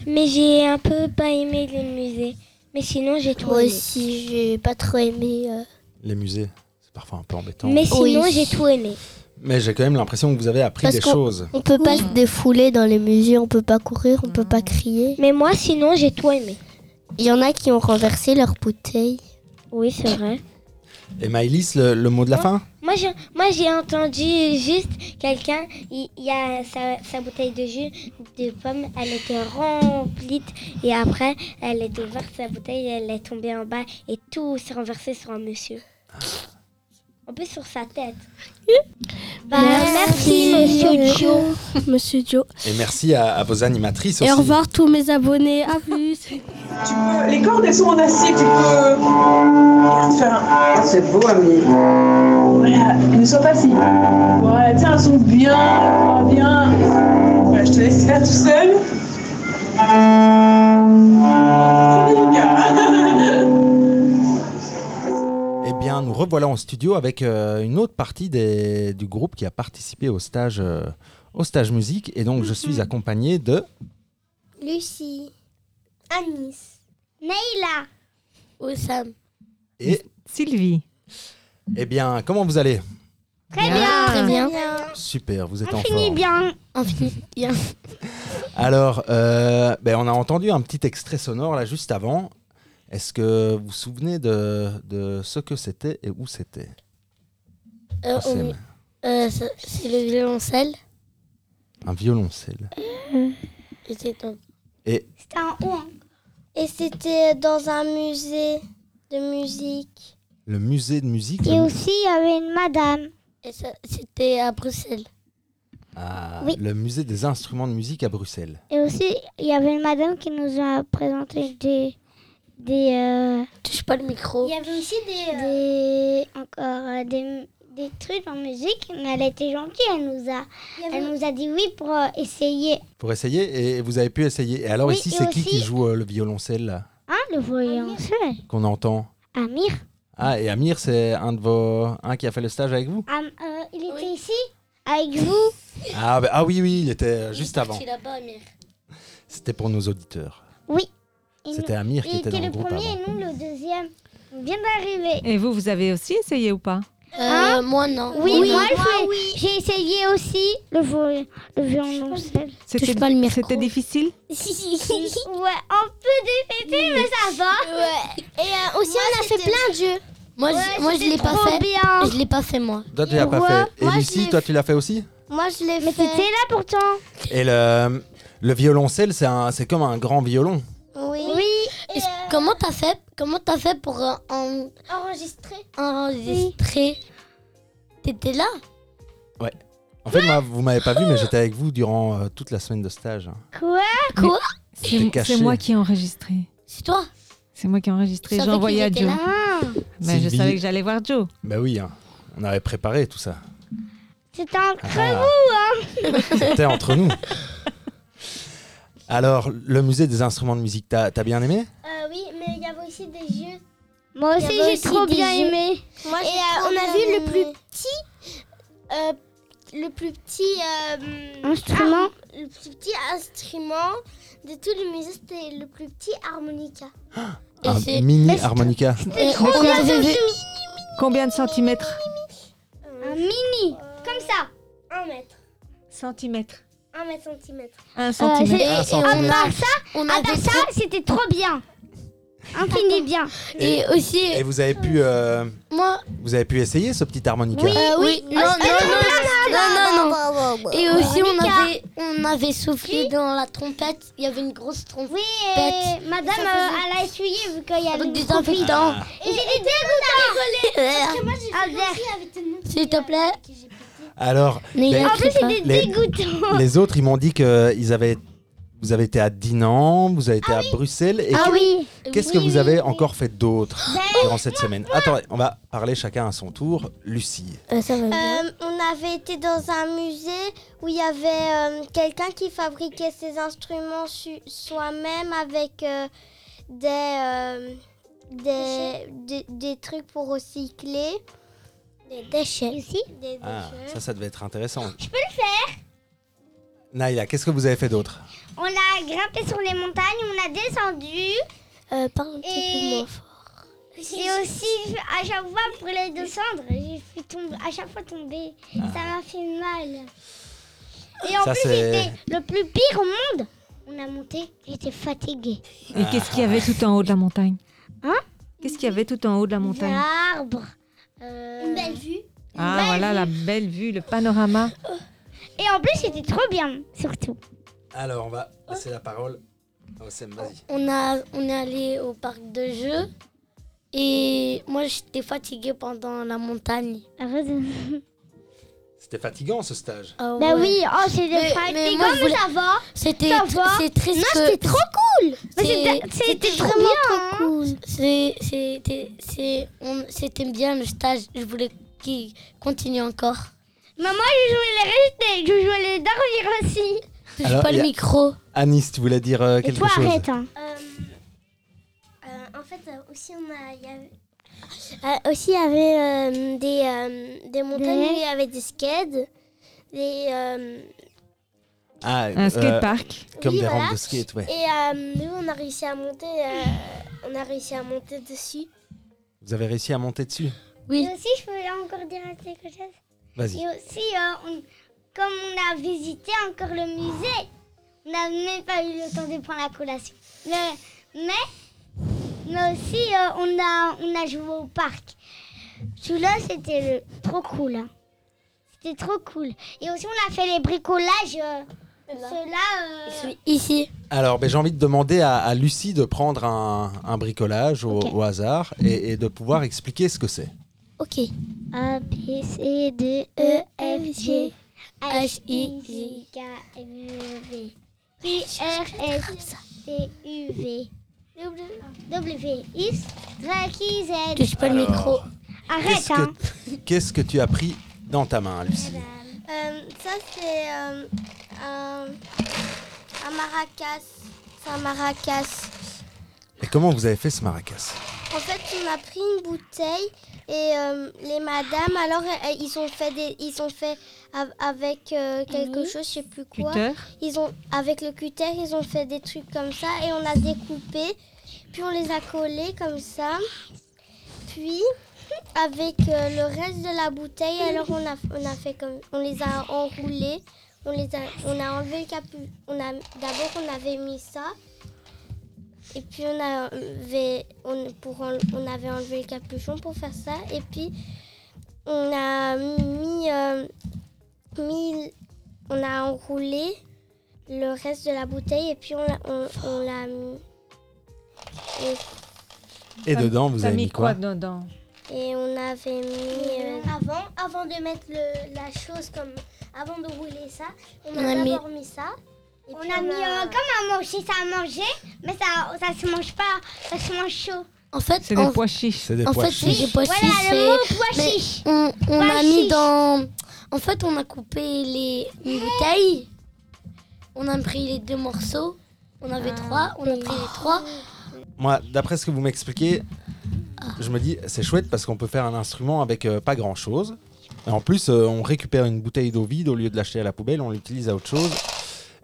Speaker 7: Mais j'ai un peu pas aimé les musées. Mais sinon, j'ai tout
Speaker 3: Moi
Speaker 7: aimé.
Speaker 3: aussi, j'ai pas trop aimé. euh,
Speaker 4: Les musées, c'est parfois un peu embêtant.
Speaker 7: Mais
Speaker 4: Mais,
Speaker 7: sinon,
Speaker 3: Oui.
Speaker 7: j'ai tout aimé.
Speaker 4: j'ai quand même l'impression que vous avez appris
Speaker 3: Parce
Speaker 4: des
Speaker 3: qu'on-
Speaker 4: choses.
Speaker 3: On peut pas se défouler dans les musées, on peut pas courir, on peut pas crier.
Speaker 7: Mais moi, sinon, j'ai tout aimé.
Speaker 3: Il y en a qui ont renversé leurs bouteilles.
Speaker 7: Oui, c'est vrai.
Speaker 4: Et Maëlys, le, le mot de la
Speaker 7: Ah.
Speaker 4: fin
Speaker 7: Moi, j'ai, moi, j'ai entendu juste quelqu'un, il il y a sa, sa bouteille de jus de pomme, elle était remplie et après, elle est ouverte, sa bouteille, elle est tombée en bas et tout s'est renversé sur un monsieur. En plus, sur sa tête. Bah, merci, monsieur Joe.
Speaker 5: Monsieur Joe.
Speaker 4: Et merci à, à vos animatrices aussi.
Speaker 5: Et au revoir tous mes abonnés. À plus.
Speaker 10: Tu peux- Euh, les cordes elles sont en acier, tu peux euh, faire un.
Speaker 11: Ah, C'est beau, ami.
Speaker 10: Voilà, ne sois pas si. Voilà, tiens, elles sont bien, elles sont bien. Voilà, je te laisse faire tout seul. C'est délicat.
Speaker 4: Eh bien, nous revoilà en studio avec euh, une autre partie des- du groupe qui a participé au stage, euh, au stage musique. Et donc, je
Speaker 7: Mhm.
Speaker 4: suis accompagné de...
Speaker 8: Lucie. Anis.
Speaker 7: Leïla.
Speaker 3: Oussam.
Speaker 4: Et,
Speaker 12: Sylvie.
Speaker 4: eh bien, comment vous allez
Speaker 7: Très bien.
Speaker 3: Très bien.
Speaker 4: Super, vous êtes en
Speaker 7: Ah, Fini
Speaker 4: forme.
Speaker 7: bien.
Speaker 3: On finit bien.
Speaker 4: Alors, euh, ben, on a entendu un petit extrait sonore là juste avant. Est-ce que vous vous souvenez de, de ce que c'était et où c'était
Speaker 3: Euh, on-
Speaker 4: Oussem
Speaker 3: euh, ça- c'est le violoncelle.
Speaker 4: Un violoncelle.
Speaker 3: Et c'est tout.
Speaker 4: Et
Speaker 7: C'était un on.
Speaker 8: Et c'était dans un musée de musique.
Speaker 4: le musée de musique.
Speaker 7: Et
Speaker 4: le-
Speaker 7: aussi, il y avait une madame.
Speaker 3: Et ça- c'était à Bruxelles.
Speaker 4: Ah,
Speaker 7: Oui.
Speaker 4: le musée des instruments de musique à Bruxelles.
Speaker 7: Et aussi, il y avait une madame qui nous a présenté des. des euh,
Speaker 3: Touche pas le micro.
Speaker 7: Il y avait aussi des, euh, encore euh, des, des trucs en musique, mais elle était gentille, elle nous a, elle nous a dit oui pour euh, essayer.
Speaker 4: Pour essayer, et- et vous avez pu essayer. Et alors
Speaker 7: Oui,
Speaker 4: ici,
Speaker 7: et
Speaker 4: c'est qui
Speaker 7: aussi-
Speaker 4: qui joue euh, le violoncelle là,
Speaker 7: Hein, le violoncelle
Speaker 4: qu'on entend
Speaker 7: Amir.
Speaker 4: Ah, et Amir, c'est un de vos... Un qui a fait le stage avec vous
Speaker 7: Am- euh, il était ici avec vous.
Speaker 4: ah, ben- ah oui, oui, il était juste avant.
Speaker 3: là-bas, Amir.
Speaker 4: C'était pour nos auditeurs.
Speaker 7: Oui. Il,
Speaker 4: C'était Amir qui
Speaker 7: il
Speaker 4: était
Speaker 7: était
Speaker 4: dans le
Speaker 7: le
Speaker 4: groupe
Speaker 7: premier
Speaker 4: avant.
Speaker 7: et nous le deuxième. On vient d'arriver.
Speaker 12: Et vous, vous avez aussi essayé ou pas
Speaker 3: Euh, moi, non.
Speaker 7: Hein Oui, moi, le fais- j'ai essayé aussi le, vo- le violoncelle.
Speaker 12: C'était
Speaker 3: pas le micro.
Speaker 12: c'était difficile
Speaker 7: Ouais, un peu défaité, mais ça va.
Speaker 3: Et aussi, on a fait plein de jeux. Moi, je, moi, je l'ai pas
Speaker 7: trop
Speaker 3: fait.
Speaker 7: bien.
Speaker 3: Je l'ai pas fait, moi.
Speaker 4: Toi, tu l'as pas
Speaker 7: Moi,
Speaker 4: fait. Et
Speaker 3: moi, je
Speaker 4: Lucie,
Speaker 3: l'ai
Speaker 4: toi, tu l'as fait aussi
Speaker 3: Moi, je l'ai
Speaker 7: Mais t'étais là pourtant.
Speaker 4: Et le, le violoncelle, c'est un- c'est comme un grand violon.
Speaker 3: Oui.
Speaker 7: Oui. euh,
Speaker 3: Est-ce- Comment t'as fait Comment t'as fait pour euh, en-
Speaker 7: Enregistré.
Speaker 3: enregistrer T'étais là
Speaker 4: En fait, moi, vous m'avez pas vu, mais j'étais avec vous durant euh, toute la semaine de stage. hein.
Speaker 7: Quoi
Speaker 12: C'est
Speaker 4: C'était
Speaker 12: m-
Speaker 4: caché.
Speaker 12: c'est moi qui ai enregistré.
Speaker 3: C'est toi
Speaker 12: C'est moi qui ai enregistré.
Speaker 3: Je
Speaker 12: J'ai
Speaker 3: savais
Speaker 12: envoyé
Speaker 3: qu'il
Speaker 12: à
Speaker 3: était
Speaker 12: Joe.
Speaker 3: là.
Speaker 12: Mais je
Speaker 4: Sylvie.
Speaker 12: savais que j'allais voir Joe.
Speaker 4: Bah oui, hein. on avait préparé tout ça.
Speaker 7: C'était un
Speaker 4: Ah.
Speaker 7: creux.
Speaker 4: C'était entre nous. Alors, le musée des instruments de musique, t'as t'as bien aimé
Speaker 7: Euh,
Speaker 8: oui, mais il y avait aussi des jeux.
Speaker 7: Moi
Speaker 8: Il
Speaker 7: aussi,
Speaker 8: y avait
Speaker 7: j'ai
Speaker 8: aussi
Speaker 7: trop
Speaker 8: des
Speaker 7: bien
Speaker 8: jeux.
Speaker 7: aimé.
Speaker 8: Et
Speaker 3: trop
Speaker 8: euh, on a
Speaker 3: bien
Speaker 8: vu le
Speaker 3: aimé.
Speaker 8: plus petit. euh, le plus petit. euh,
Speaker 7: Instrument.
Speaker 8: ar- le plus petit instrument
Speaker 7: de tout le musée, c'était le plus petit harmonica.
Speaker 3: Et
Speaker 4: Un
Speaker 3: c'est-
Speaker 4: mini harmonica.
Speaker 3: Et on avait vu.
Speaker 12: Combien de centimètres
Speaker 7: Un mini, comme ça. Un mètre.
Speaker 12: Centimètres.
Speaker 7: Un mètre centimètre.
Speaker 12: Un
Speaker 3: Et,
Speaker 12: centimètre.
Speaker 3: et
Speaker 4: Un
Speaker 3: on
Speaker 4: centimètre.
Speaker 3: a ça, on
Speaker 7: Euh, Ah
Speaker 3: avait
Speaker 7: bah ça,
Speaker 3: ça.
Speaker 7: c'était trop bien. Infini bien.
Speaker 3: Et aussi,
Speaker 4: Et vous avez pu, euh,
Speaker 3: moi,
Speaker 4: vous avez pu essayer ce petit harmonica.
Speaker 3: Euh, oui, non, non, non, non, non, non. Et aussi, on
Speaker 7: Monica.
Speaker 3: avait, on avait soufflé dans la trompette. Il y avait une grosse trompette.
Speaker 7: Oui, et
Speaker 3: Bête.
Speaker 7: madame,
Speaker 3: Ça
Speaker 7: euh,
Speaker 3: faisait-
Speaker 7: elle a essuyé vu qu'il y a
Speaker 3: Avec
Speaker 7: le
Speaker 3: des
Speaker 7: profil.
Speaker 3: infectants.
Speaker 7: Et j'étais dégoûtée. Un verre.
Speaker 3: S'il te plaît.
Speaker 4: Alors, les,
Speaker 3: N'ayez
Speaker 7: En
Speaker 3: pas.
Speaker 7: plus, c'était
Speaker 4: Les-
Speaker 7: dégoûtant.
Speaker 4: les autres, ils m'ont dit que ils avaient, vous avez été à Dinan, vous avez été à Bruxelles. Et
Speaker 7: Ah oui. Ben,
Speaker 4: qu'est-ce que vous avez encore fait d'autre durant cette semaine Attendez, on va parler chacun à son tour. Lucie.
Speaker 8: Euh, on avait été dans un musée où il y avait euh, quelqu'un qui fabriquait ses instruments su- soi-même avec euh, des, euh, des, des, des trucs pour recycler.
Speaker 7: Des déchets.
Speaker 8: Des
Speaker 4: Ah,
Speaker 8: déchets.
Speaker 4: ça, ça devait être intéressant. Je peux le faire. Naïla, qu'est-ce que vous avez fait d'autre
Speaker 7: On a grimpé sur les montagnes, on a descendu.
Speaker 3: Euh, parle un petit
Speaker 7: Et-
Speaker 3: peu moins fort.
Speaker 7: Et aussi, à chaque fois, pour les descendre, j'ai fait tomber, à chaque fois tomber. Ça m'a fait mal. Et en
Speaker 4: Ça,
Speaker 7: plus,
Speaker 4: c'est-
Speaker 7: c'était le plus pire au monde. On a monté, j'étais fatiguée.
Speaker 12: Et qu'est-ce qu'il y avait tout en haut de la montagne
Speaker 7: Hein
Speaker 12: Qu'est-ce qu'il y avait tout en haut de la
Speaker 7: Des
Speaker 12: montagne
Speaker 7: arbres. euh,
Speaker 3: vue.
Speaker 12: Ah voilà la belle vue, le panorama.
Speaker 7: Et en plus, c'était trop bien, surtout.
Speaker 4: Alors, on va passer la parole. à Osem, vas-y.
Speaker 3: On, a, on est allé au parc de jeux. Et moi, j'étais fatiguée pendant la montagne.
Speaker 7: Ah,
Speaker 4: C'était fatigant ce stage.
Speaker 3: Ah
Speaker 7: Bah
Speaker 3: ouais.
Speaker 7: oui, oh, c'était
Speaker 3: Mais-
Speaker 7: fatiguant,
Speaker 3: mais moi, je voulais-
Speaker 7: ça va.
Speaker 3: C'était
Speaker 7: Ça va
Speaker 3: c'est triste.
Speaker 7: Non, c'était trop cool. Mais
Speaker 3: C'est-
Speaker 7: c'était- C'était
Speaker 3: c'était
Speaker 7: trop
Speaker 3: vraiment
Speaker 7: bien. hein.
Speaker 3: cool. C'est- C'était c'est- on- c'était bien le stage. Je voulais qu'il continue encore.
Speaker 7: Mais moi, je jouais les restes, je jouais les dormir aussi.
Speaker 3: Touche
Speaker 4: Alors,
Speaker 3: pas
Speaker 4: il y
Speaker 3: le
Speaker 4: a-
Speaker 3: micro.
Speaker 4: Anis, tu voulais dire euh,
Speaker 7: Et
Speaker 4: quelque
Speaker 7: toi,
Speaker 4: chose
Speaker 7: arrête. Hein.
Speaker 8: Euh, en fait, aussi, on a, aussi, il y avait euh, des, euh, des montagnes
Speaker 7: Des-
Speaker 8: où il y avait des skates. Des, euh,
Speaker 4: Ah,
Speaker 12: Un
Speaker 4: euh,
Speaker 12: skatepark.
Speaker 4: Comme
Speaker 8: Oui,
Speaker 4: des
Speaker 8: voilà.
Speaker 4: rampes de skate, ouais.
Speaker 8: et euh, nous, on a réussi à monter, euh, on a réussi à monter dessus.
Speaker 4: Vous avez réussi à monter dessus
Speaker 3: Oui.
Speaker 7: Et aussi, je peux encore dire quelque chose.
Speaker 4: Vas-y.
Speaker 7: Et aussi, euh, on- comme on a visité encore le musée, on n'a même pas eu le temps de prendre la collation. Mais, mais, mais aussi, euh, on, a, on a joué au parc. Celui-là, c'était le- trop cool. hein. C'était trop cool. Et aussi, on a fait les bricolages. euh, Ceux-là, euh,
Speaker 3: Je suis ici.
Speaker 4: Alors, ben, j'ai envie de demander à, à Lucie de prendre un, un bricolage au, au hasard et, et de pouvoir expliquer ce que c'est.
Speaker 3: Ok.
Speaker 7: A, B, C, D,
Speaker 3: E,
Speaker 7: E,
Speaker 3: F,
Speaker 7: F,
Speaker 3: G,
Speaker 7: G,
Speaker 3: H,
Speaker 7: H,
Speaker 3: I,
Speaker 7: I,
Speaker 3: J,
Speaker 7: J, K, M, V, Q, R, S, T, U, V, W, X, Y, Z.
Speaker 3: Touche pas le
Speaker 4: Alors,
Speaker 3: micro.
Speaker 7: Arrête,
Speaker 4: Qu'est-ce que-
Speaker 7: hein.
Speaker 4: qu'est-ce que tu as pris dans ta main, Lucie
Speaker 8: Euh, ça, c'est euh, un, un maracas. C'est un maracas.
Speaker 4: Et comment vous avez fait ce maracas
Speaker 8: En fait, on a pris une bouteille et euh, les madames, alors, euh, ils ont fait, des, ils ont fait av- avec euh, quelque
Speaker 3: Mhm.
Speaker 8: chose, je sais plus quoi.
Speaker 12: Cutter.
Speaker 8: Ils ont, avec le cutter, ils ont fait des trucs comme ça et on a découpé. Puis on les a collés comme ça. Puis avec euh, le reste de la bouteille, alors on a, on a fait comme, on les a enroulés. On les a, on a enlevé le capu. On a d'abord on avait mis ça. Et puis on avait, Euh, on, pour en- on avait enlevé le capuchon pour faire ça. Et puis on a mis, euh, mis on a enroulé le reste de la bouteille et puis on l'a on, on l'a mis.
Speaker 4: Et
Speaker 12: T'as-
Speaker 4: dedans, vous
Speaker 12: T'as
Speaker 4: avez
Speaker 12: mis quoi dedans
Speaker 8: Et on avait mis. euh,
Speaker 7: Avant, avant de mettre la chose comme. Avant de rouler ça,
Speaker 8: on
Speaker 3: On a
Speaker 8: a
Speaker 3: mis-
Speaker 8: d'abord mis ça. et
Speaker 7: on
Speaker 8: puis
Speaker 7: a mis euh, comme un manger, ça à manger, mais ça, ça se mange pas, ça se mange chaud.
Speaker 3: En fait,
Speaker 12: C'est
Speaker 3: en,
Speaker 12: des pois chiches.
Speaker 4: C'est des
Speaker 3: en
Speaker 4: pois
Speaker 3: fait, c'est
Speaker 4: chiches.
Speaker 3: des pois
Speaker 7: Voilà
Speaker 3: chiches,
Speaker 7: le
Speaker 3: c'est-
Speaker 7: mot pois
Speaker 3: mais-
Speaker 7: Oh, chiche.
Speaker 3: On, on
Speaker 7: Pois
Speaker 3: a mis
Speaker 7: chiches.
Speaker 3: dans. En fait, on a coupé les une bouteille. On a pris les deux morceaux. On avait
Speaker 8: Ah.
Speaker 3: trois. On a pris les trois.
Speaker 4: Moi, d'après ce que vous m'expliquez, je me dis, c'est chouette parce qu'on peut faire un instrument avec euh, pas grand-chose. Et en plus, euh, on récupère une bouteille d'eau vide au lieu de l'acheter à la poubelle, on l'utilise à autre chose.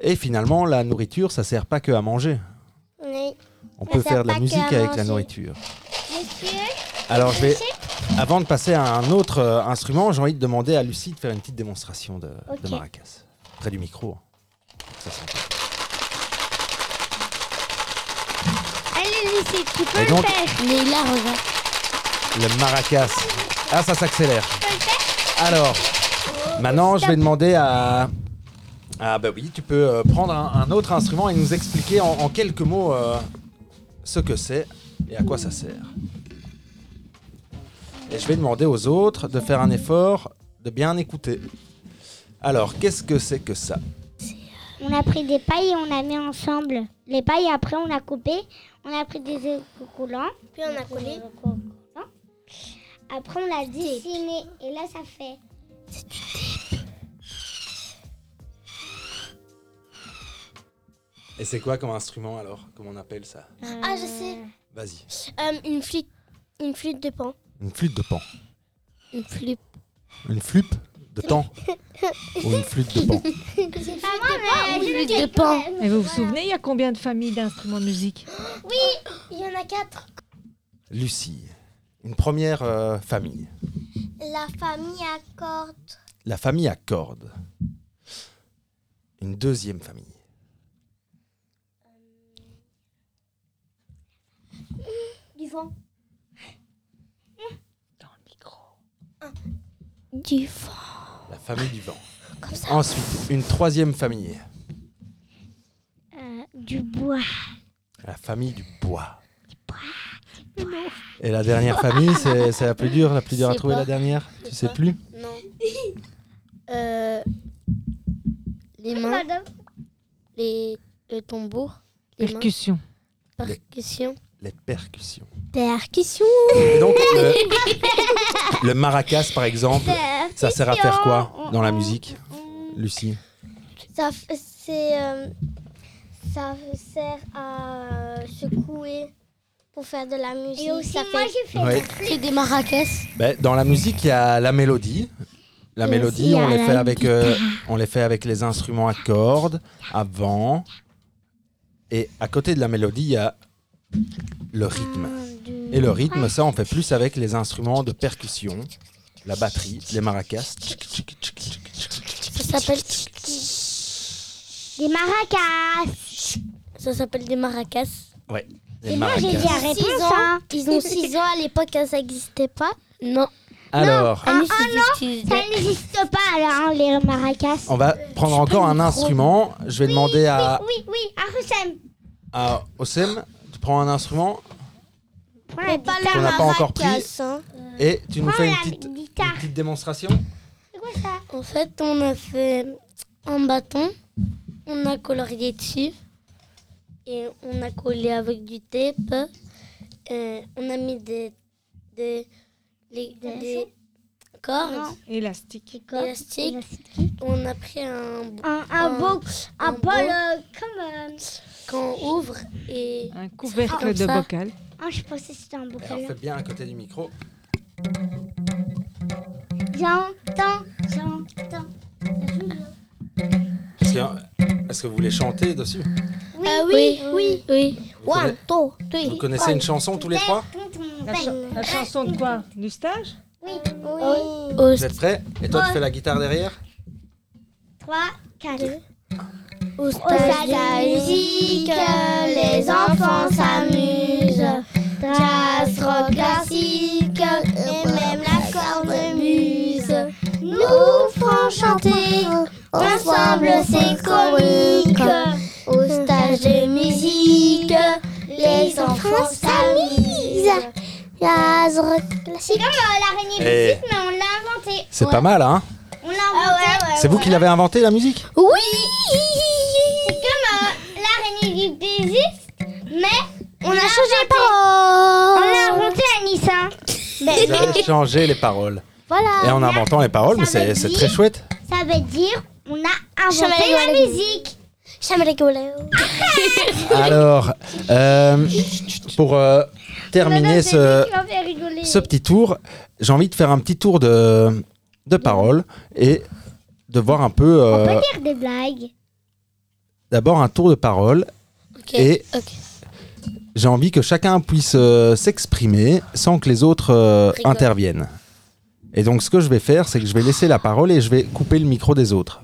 Speaker 4: Et finalement, la nourriture, ça sert pas que à manger.
Speaker 8: Oui.
Speaker 4: On
Speaker 8: Ça
Speaker 4: peut
Speaker 8: sert
Speaker 4: faire de la
Speaker 8: pas que
Speaker 4: musique
Speaker 8: à
Speaker 4: avec la
Speaker 8: manger.
Speaker 4: nourriture.
Speaker 8: Monsieur,
Speaker 4: Alors, je vais, avant de passer à un autre euh, instrument, j'ai envie de demander à Lucie de faire une petite démonstration de, de
Speaker 8: Ok.
Speaker 4: maracas. Près du micro. hein. Ça s'entend.
Speaker 7: Allez, Lucie, tu peux
Speaker 4: Et
Speaker 7: le
Speaker 4: donc-
Speaker 7: faire.
Speaker 3: Mais là, regarde.
Speaker 4: Le maracas. Ah, ça s'accélère. Alors, maintenant, je vais demander à. Ah, bah oui, tu peux euh, prendre un, un autre instrument et nous expliquer en, en quelques mots euh, ce que c'est et à quoi ça sert. Et je vais demander aux autres de faire un effort de bien écouter. Alors, qu'est-ce que c'est que ça
Speaker 7: On a pris des pailles et on a mis ensemble. Les pailles, après, on a coupé. On a pris des œufs coulants.
Speaker 8: puis on a collé.
Speaker 7: Après, on l'a dessiné. Et là, ça fait.
Speaker 4: Et c'est quoi comme instrument alors Comment on appelle ça
Speaker 8: Ah, je sais.
Speaker 4: Vas-y.
Speaker 8: Euh, une flûte, une flûte de pan.
Speaker 4: Une flûte de pan.
Speaker 3: Une flûte.
Speaker 4: Une flûte de temps Ou une flûte de pan
Speaker 8: C'est pas moi, mais
Speaker 3: Ah, Une flûte de pan.
Speaker 12: Et vous vous souvenez, il y a combien de familles d'instruments de musique
Speaker 8: Il y en a quatre.
Speaker 4: Lucie, une première euh, famille,
Speaker 8: La famille à cordes.
Speaker 4: la famille à cordes. Une deuxième famille,
Speaker 8: Du vent.
Speaker 3: Du vent.
Speaker 4: la famille du vent. Ensuite, une troisième famille,
Speaker 7: Euh, du bois.
Speaker 4: la famille du bois. Et la dernière famille, c'est c'est la plus dure, la plus dure à
Speaker 3: Je sais
Speaker 4: trouver,
Speaker 3: pas.
Speaker 4: la dernière Tu sais
Speaker 3: pas.
Speaker 4: plus
Speaker 3: Non. Euh, les mains,
Speaker 7: Madame.
Speaker 3: les, le tambour, les mains,
Speaker 12: Percussion.
Speaker 3: percussion.
Speaker 4: Les percussions.
Speaker 3: Percussion.
Speaker 4: Et donc, le, le maracas, par exemple, ça sert à faire quoi dans la musique, Lucie
Speaker 8: Ça, f- c'est, euh, ça sert à euh, secouer pour faire de la musique.
Speaker 7: Et aussi,
Speaker 8: ça
Speaker 7: moi, j'ai fait
Speaker 4: Ouais.
Speaker 3: C'est des maracas.
Speaker 4: Ben, dans la musique, il y a la mélodie. La
Speaker 3: Et aussi,
Speaker 4: mélodie, on
Speaker 3: il y a
Speaker 4: les, fait
Speaker 3: la
Speaker 4: avec, euh, on les fait avec les instruments à cordes, à vent. Et à côté de la mélodie, il y a le rythme. Et le rythme, ça, on fait plus avec les instruments de percussion, la batterie, les maracas.
Speaker 3: Ça s'appelle,
Speaker 7: Des maracas.
Speaker 3: ça s'appelle des maracas.
Speaker 4: Ouais, les
Speaker 7: Moi, j'ai dit
Speaker 4: maracas.
Speaker 7: à
Speaker 8: Six
Speaker 7: réponse.
Speaker 8: ans.
Speaker 7: hein.
Speaker 8: Ils ont 6 ans à l'époque, ça n'existait pas.
Speaker 3: Non.
Speaker 4: Alors,
Speaker 3: Ah,
Speaker 7: oh Ça n'existe pas, alors, hein, les maracas.
Speaker 4: on va prendre encore un instrument. Je vais demander à,
Speaker 7: Oui, oui, à Roussem.
Speaker 4: à Osem, tu prends un instrument
Speaker 7: Prends
Speaker 8: Pas
Speaker 7: la guitare.
Speaker 8: la
Speaker 4: qu'on n'a pas encore pris.
Speaker 8: maracas, hein.
Speaker 4: et tu nous
Speaker 7: Prends
Speaker 4: fais une
Speaker 7: la
Speaker 4: petite, une
Speaker 7: guitare.
Speaker 4: petite démonstration.
Speaker 7: C'est quoi ça
Speaker 3: En fait, on a fait un bâton, on a colorié dessus et on a collé avec du tape. Euh, on a mis des, des, les- des cordes
Speaker 12: Élastique.
Speaker 3: élastiques. On a pris un
Speaker 7: Un, un
Speaker 3: Un-
Speaker 7: beau, un
Speaker 3: un
Speaker 7: bol
Speaker 3: beau.
Speaker 7: euh, comme. euh,
Speaker 3: quand on ouvre et
Speaker 12: Un
Speaker 3: Ah,
Speaker 12: couvercle
Speaker 3: comme
Speaker 12: de
Speaker 3: ça.
Speaker 12: bocal.
Speaker 7: Ah, je pensais que c'était un
Speaker 4: Alors,
Speaker 7: bocal.
Speaker 4: fais bien à côté du micro.
Speaker 7: J'entends, j'entends.
Speaker 4: Est-ce que, est-ce que vous voulez chanter dessus
Speaker 7: Oui,
Speaker 3: Ah
Speaker 8: Euh,
Speaker 3: oui, oui, oui.
Speaker 4: vous, conna-
Speaker 8: Two,
Speaker 4: vous
Speaker 8: three.
Speaker 4: connaissez une chanson tous les trois
Speaker 7: Ben,
Speaker 12: La, cha- la chanson de quoi Du stage
Speaker 8: Oui.
Speaker 3: Au-
Speaker 4: Vous êtes prêts Et toi, tu fais la guitare derrière
Speaker 7: 3, 4.
Speaker 3: au
Speaker 8: Au
Speaker 3: stade.
Speaker 8: stade de la musique, les enfants s'amusent. Jazz, rock classique et même la cornemuse. Nous font chanter ensemble, c'est comique. Au stage de musique, les enfants s'amusent. Jazz, rock classique.
Speaker 7: L'araignée
Speaker 4: Eh.
Speaker 7: musique, mais on l'a inventée.
Speaker 4: C'est pas mal, hein
Speaker 7: On l'a inventée.
Speaker 4: C'est vous qui l'avez inventé, la musique
Speaker 7: C'est comme euh, l'araignée qui existe, mais
Speaker 8: On a changé les paroles. Ben,
Speaker 7: on l'a inventée à Nice. hein. Mais
Speaker 4: Vous avez changé les paroles.
Speaker 7: voilà.
Speaker 4: Et en inventant les paroles, mais
Speaker 7: Ah, Ça veut
Speaker 4: c'est, c'est
Speaker 7: dire-
Speaker 4: très chouette.
Speaker 7: Ça veut dire on a inventé
Speaker 8: J'aimerais
Speaker 7: la
Speaker 8: rigoler.
Speaker 7: musique.
Speaker 8: J'aime rigoler.
Speaker 4: Alors, euh, pour euh, terminer ce,
Speaker 7: Tu m'as fait rigoler.
Speaker 4: ce petit tour, j'ai envie de faire un petit tour de, de paroles et de voir un peu...
Speaker 7: On
Speaker 4: euh,
Speaker 7: peut dire des blagues.
Speaker 4: d'abord un tour de parole
Speaker 3: Ok.
Speaker 4: et
Speaker 3: ok.
Speaker 4: j'ai envie que chacun puisse euh, s'exprimer sans que les autres euh,
Speaker 3: Rigole.
Speaker 4: interviennent. Et donc ce que je vais faire, c'est que je vais laisser la parole et je vais couper le micro des autres.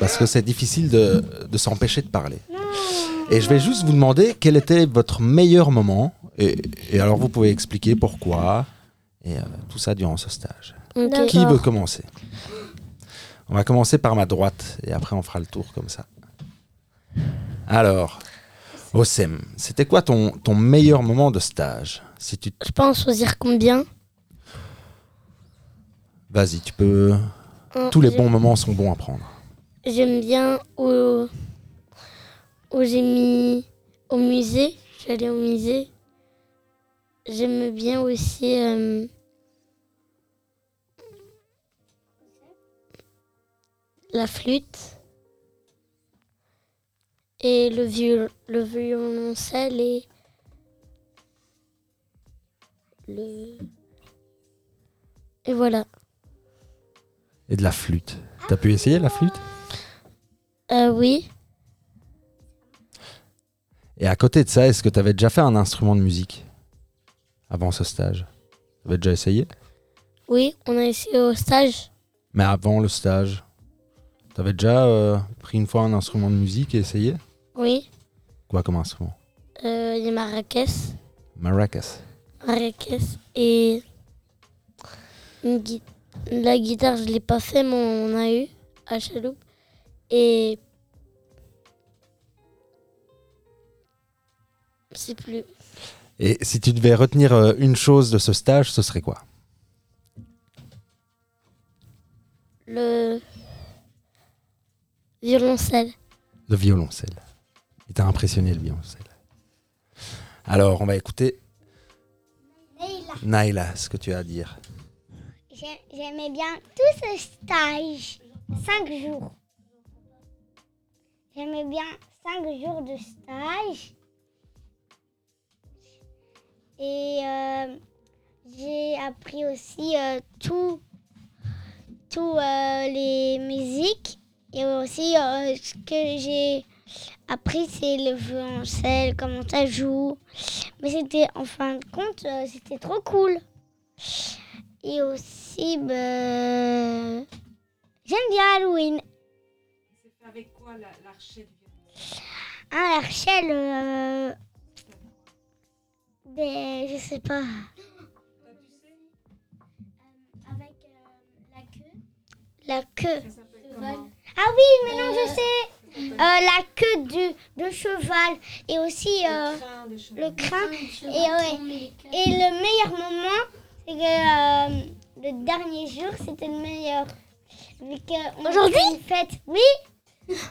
Speaker 4: Parce que c'est difficile de, de s'empêcher de parler. Et je vais juste vous demander quel était votre meilleur moment. Et, et alors vous pouvez expliquer pourquoi. Et euh, tout ça durant ce stage.
Speaker 3: Ok.
Speaker 4: Qui veut commencer On va commencer par ma droite et après on fera le tour comme ça. Alors, Osem, c'était quoi ton, ton meilleur moment de stage Si tu
Speaker 3: Je pense choisir combien
Speaker 4: vas-y, tu peux.
Speaker 3: Hein,
Speaker 4: Tous les
Speaker 3: j'ai-
Speaker 4: bons moments sont bons à prendre.
Speaker 3: J'aime bien où, où j'ai mis au musée. J'allais au musée. J'aime bien aussi. euh, la flûte. Et le, viol- le violoncelle et. Le. Et voilà.
Speaker 4: Et de la flûte. T'as pu essayer la flûte
Speaker 3: Euh, oui.
Speaker 4: Et à côté de ça, est-ce que tu avais déjà fait un instrument de musique avant ce stage Tu déjà essayé
Speaker 3: Oui, on a essayé au stage.
Speaker 4: Mais avant le stage, tu avais déjà euh, pris une fois un instrument de musique et essayé
Speaker 3: Oui.
Speaker 4: Quoi comme instrument
Speaker 3: Euh, les maracas.
Speaker 4: Maracas.
Speaker 3: Maracas. Et. une gui- la guitare, je l'ai pas fait, mais on en a eu à Chaloupe. Et. C'est plus.
Speaker 4: Et si tu devais retenir euh, une chose de ce stage, ce serait quoi
Speaker 3: Le. Violoncelle.
Speaker 4: Le violoncelle. Il t'a impressionné le violoncelle. Alors, on va écouter Naila, ce que tu as à dire.
Speaker 7: J'ai- J'aimais bien tout ce stage. Cinq jours. J'aimais bien cinq jours de stage. Et euh, j'ai appris aussi euh, tout, tout euh, les musiques. Et aussi, euh, ce que j'ai appris, c'est le violoncelle, comment ça joue. Mais c'était, en fin de compte, euh, c'était trop cool. Et aussi, ben, j'aime bien Halloween. C'est avec quoi l'archet Ah, l'archet, le... euh, Ben, je sais pas. Avec la queue. La queue. Ah oui, maintenant je sais. Euh, la queue du, de cheval et aussi euh, le crâne. Et, ouais. et le meilleur moment, c'est que euh, le dernier jour, c'était le meilleur. Vu que on a
Speaker 3: Aujourd'hui
Speaker 7: fait une fête. Oui.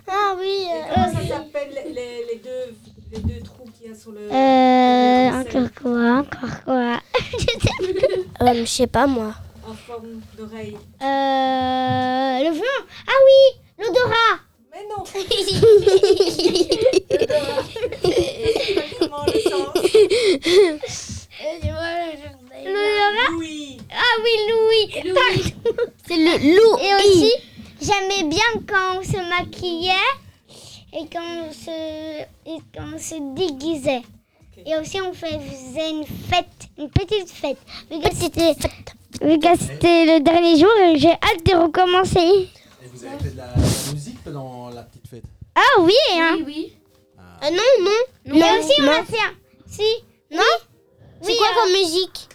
Speaker 7: Ah oui.
Speaker 13: ça s'appelle les, les- les deux, les deux trous qu'il y a sur le.
Speaker 7: Euh, encore quoi Encore quoi
Speaker 3: Euh, je sais pas moi.
Speaker 13: En forme d'oreille.
Speaker 7: Euh, le vent. Ah oui, l'odorat.
Speaker 13: Mais non
Speaker 7: L'odorat.
Speaker 13: Oui
Speaker 7: Ah oui, Louis.
Speaker 3: C'est le loup.
Speaker 7: Et aussi, j'aimais bien quand on se maquillait et quand on se, et quand on se déguisait. Et aussi, on faisait une fête, une petite fête. Vu que c'était vu que c'était le dernier jour, et j'ai hâte de recommencer.
Speaker 4: Et vous avez fait de la, musique pendant la petite fête
Speaker 7: Ah oui, hein. Euh,
Speaker 3: oui.
Speaker 7: non, non. Et aussi, on a fait un... Si. Non
Speaker 3: C'est quoi comme musique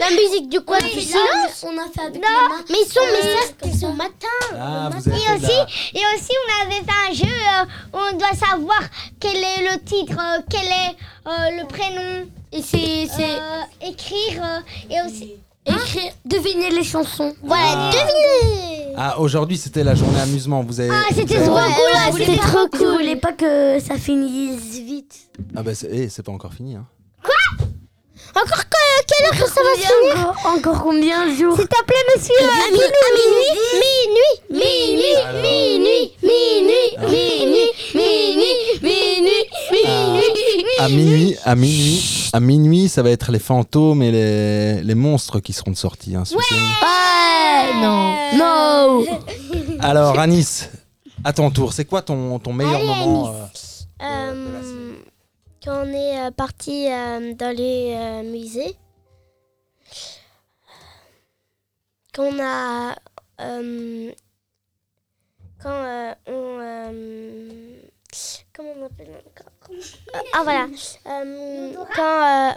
Speaker 3: La musique du quoi Du silence On a fait avec les mains. Mais son, mais Euh, ça c'était ce matin.
Speaker 4: Ah, vous avez
Speaker 7: Et
Speaker 4: fait de la-
Speaker 7: Euh, aussi, et aussi, on avait fait un jeu euh, où on doit savoir quel est le titre, euh, quel est euh, le prénom,
Speaker 3: Et c'est. c'est
Speaker 7: euh, écrire euh, et aussi.
Speaker 3: écrire, deviner les chansons.
Speaker 7: Oh Voilà, deviner
Speaker 4: Ah, aujourd'hui, c'était la journée amusement. Vous avez...
Speaker 7: Ah, c'était
Speaker 4: vous avez-
Speaker 7: trop cool,
Speaker 3: Ah,
Speaker 7: ah, c'était trop
Speaker 3: Je
Speaker 7: cool.
Speaker 3: voulais pas que ça finisse vite.
Speaker 4: Ah, bah, c'est eh, c'est pas encore fini. hein.
Speaker 7: Encore quelle heure que ça va finir
Speaker 3: Encore, encore combien de jours
Speaker 7: S'il te plaît, monsieur,
Speaker 3: Ah,
Speaker 7: à minuit, minuit, minuit,
Speaker 4: Alors,
Speaker 7: minuit, minuit,
Speaker 4: Alors.
Speaker 7: minuit, minuit, minuit, minuit,
Speaker 4: à minuit, à minuit, à minuit, ça va être les fantômes et les, les monstres qui seront
Speaker 12: Euh,
Speaker 4: sortis. hein, sous scène.
Speaker 3: Ouais, Eh, non. Non.
Speaker 4: Alors, Anis, À ton tour, c'est quoi ton, ton meilleur
Speaker 3: Allez,
Speaker 4: moment
Speaker 3: Euh, quand on est euh, parti euh, dans les euh, musées, quand on a. euh, quand euh, on. euh, comment on appelle encore Euh, Ah voilà Euh, Quand. euh,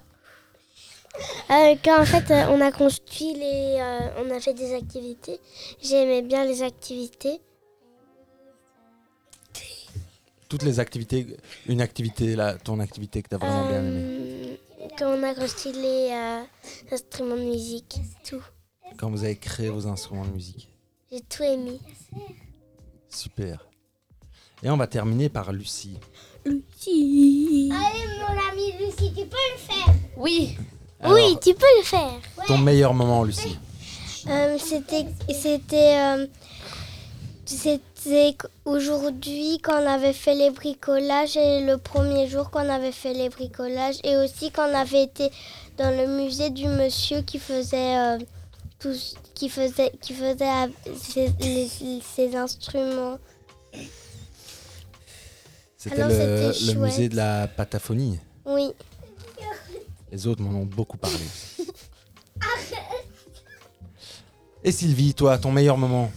Speaker 3: euh, quand en fait euh, on a construit les. euh, on a fait des activités. J'aimais bien les activités.
Speaker 4: Toutes les activités, une activité, là, ton activité que t'as vraiment bien aimée.
Speaker 3: Euh, quand on a construit les euh, instruments de musique, tout.
Speaker 4: Quand vous avez créé vos instruments de musique.
Speaker 3: J'ai tout aimé.
Speaker 4: Super. Et on va terminer par Lucie.
Speaker 7: Allez, mon ami Lucie, tu peux le faire
Speaker 3: Oui.
Speaker 4: Alors,
Speaker 3: oui, tu peux le faire.
Speaker 4: Ton meilleur moment, Lucie.
Speaker 3: Euh, c'était c'était euh, c'était aujourd'hui quand on avait fait les bricolages et le premier jour qu'on avait fait les bricolages et aussi quand on avait été dans le musée du monsieur qui faisait euh, tout ce- qui faisait qui faisait euh, ses, les- ses instruments.
Speaker 4: C'était
Speaker 3: Alors,
Speaker 4: le,
Speaker 3: c'était
Speaker 4: le
Speaker 3: chouette.
Speaker 4: musée de la Pataphonie.
Speaker 3: Oui.
Speaker 4: Les autres m'en ont beaucoup parlé. Et Sylvie, toi, ton meilleur moment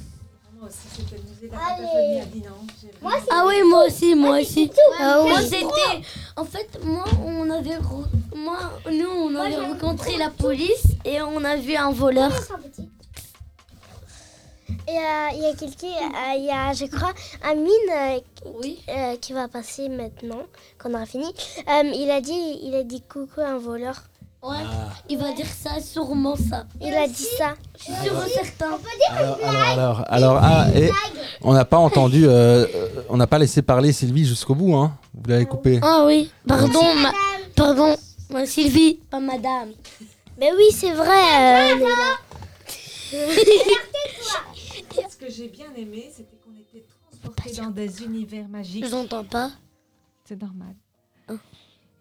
Speaker 14: Moi aussi, c'était le musée de la francophonie à Dinan. J'ai vraiment-
Speaker 9: Ah oui, moi aussi, moi aussi.
Speaker 14: Ah oui.
Speaker 9: Moi, c'était. En fait, moi, on avait. re- Moi, nous, on avait rencontré la police et on a vu un voleur.
Speaker 3: Et euh, il y a quelqu'un, euh, il y a, je crois, Amine euh, qui- euh, qui va passer maintenant, qu'on aura fini. Euh, il a dit, il a dit coucou à un voleur.
Speaker 9: Ouais,
Speaker 6: Ah.
Speaker 9: il va dire ça, sûrement ça.
Speaker 3: Il a dit ça.
Speaker 9: Je suis sûre et certain.
Speaker 4: Alors, alors, alors, alors, ah, et on n'a pas entendu, euh, euh, on n'a pas laissé parler Sylvie jusqu'au bout, hein Vous l'avez coupé.
Speaker 9: Ah oui, pardon, ma- pardon, ma Sylvie, pas madame.
Speaker 3: Mais Ben oui, c'est vrai. euh,
Speaker 14: Ce que j'ai bien aimé, c'était qu'on était transportés dans des univers magiques.
Speaker 9: Je vous entends pas.
Speaker 14: C'est normal.
Speaker 3: Oh.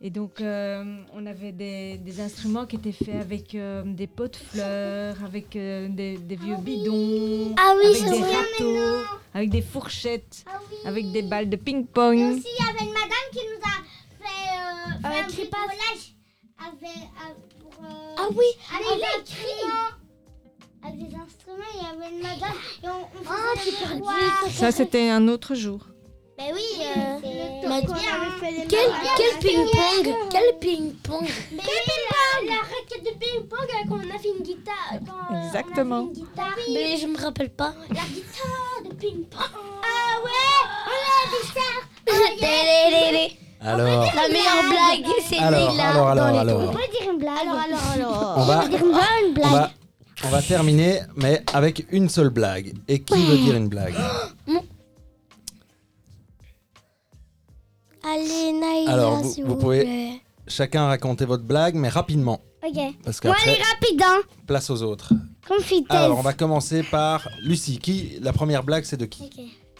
Speaker 6: Et donc, euh, on avait des, des instruments qui étaient faits avec euh, des pots de fleurs, avec euh, des, des vieux bidons,
Speaker 3: Ah oui,
Speaker 6: avec
Speaker 3: je
Speaker 6: des
Speaker 3: vois
Speaker 6: râteaux, avec des fourchettes, avec des balles de ping-pong.
Speaker 7: Aussi, il y avait une madame qui nous a fait, euh, fait un bricolage avec, avec- pour, euh,
Speaker 9: Ah oui,
Speaker 7: avec
Speaker 9: elle
Speaker 7: des
Speaker 9: a
Speaker 7: instruments. Avec des instruments, il y avait une madame et on, on
Speaker 9: Ah, tu
Speaker 7: faisait des
Speaker 9: perds du
Speaker 7: miroirs.
Speaker 6: Ça, c'était un autre jour.
Speaker 7: Mais oui, euh, le
Speaker 9: Ma-
Speaker 7: tour qu'on avait fait les
Speaker 9: Quel,
Speaker 7: miroirs.
Speaker 9: quel ping-pong Quel ping-pong
Speaker 7: Mais oui, la, la raquette de ping-pong euh, quand on a fait une guitare. Quand, euh,
Speaker 6: Exactement.
Speaker 7: guitare.
Speaker 9: Mais je me rappelle pas.
Speaker 7: La guitare de ping-pong. Ah ouais, on a des stars.
Speaker 4: Alors,
Speaker 9: La meilleure blague, c'est
Speaker 4: Ah, Alors,
Speaker 9: Lila
Speaker 4: alors, alors,
Speaker 9: dans les
Speaker 4: alors.
Speaker 9: tours.
Speaker 4: On
Speaker 7: peut dire une blague.
Speaker 9: Alors, alors, alors.
Speaker 4: On va-
Speaker 7: dire une bonne
Speaker 4: on
Speaker 7: blague.
Speaker 4: va, on va terminer, mais avec une seule blague. Et qui veut dire une blague
Speaker 3: Allez, Naïla,
Speaker 4: Alors, vous,
Speaker 3: s'il
Speaker 4: vous
Speaker 3: vous
Speaker 4: pouvez
Speaker 3: plaît.
Speaker 4: chacun raconter votre blague, mais rapidement.
Speaker 7: Ok.
Speaker 4: Parce
Speaker 7: Moi,
Speaker 4: qu'après,
Speaker 7: elle est rapide, hein.
Speaker 4: place aux autres.
Speaker 7: Confitez.
Speaker 4: Alors, on va commencer par Lucie. Qui La première blague, c'est de qui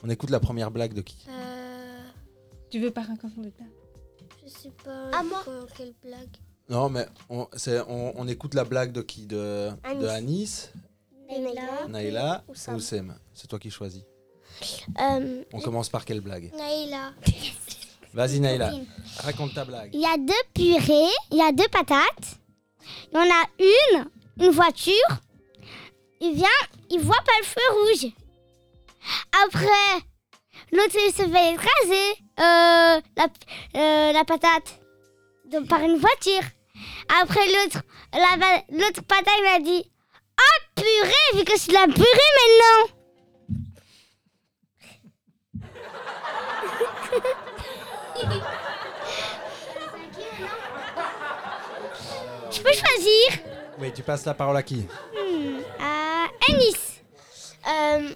Speaker 4: On écoute la première blague de qui
Speaker 6: Tu veux pas raconter de blague
Speaker 3: Je sais
Speaker 9: Euh,
Speaker 3: pas.
Speaker 7: Ah, moi.
Speaker 3: quoi- Quelle blague
Speaker 4: Non, mais on, c'est- on- on écoute la blague de qui De
Speaker 3: Anis.
Speaker 4: de Anis,
Speaker 3: Naïla.
Speaker 4: Naïla
Speaker 3: Ou
Speaker 4: ou
Speaker 3: Sam.
Speaker 4: Sem C'est toi qui choisis.
Speaker 3: Euh,
Speaker 4: On commence par quelle blague
Speaker 3: Naïla.
Speaker 4: Vas-y, Naïla. Raconte ta blague.
Speaker 7: Il y a deux purées, il y a deux patates. Il y en a une, une voiture. Il vient, il voit pas le feu rouge. Après, l'autre il se fait écraser euh, la, euh, la patate de- par une voiture. Après, l'autre la va- l'autre patate il a dit Ah, purée, vu que c'est de la purée maintenant. Je peux choisir
Speaker 4: Oui, tu passes la parole à qui
Speaker 3: Hmm, à Anis. Euh,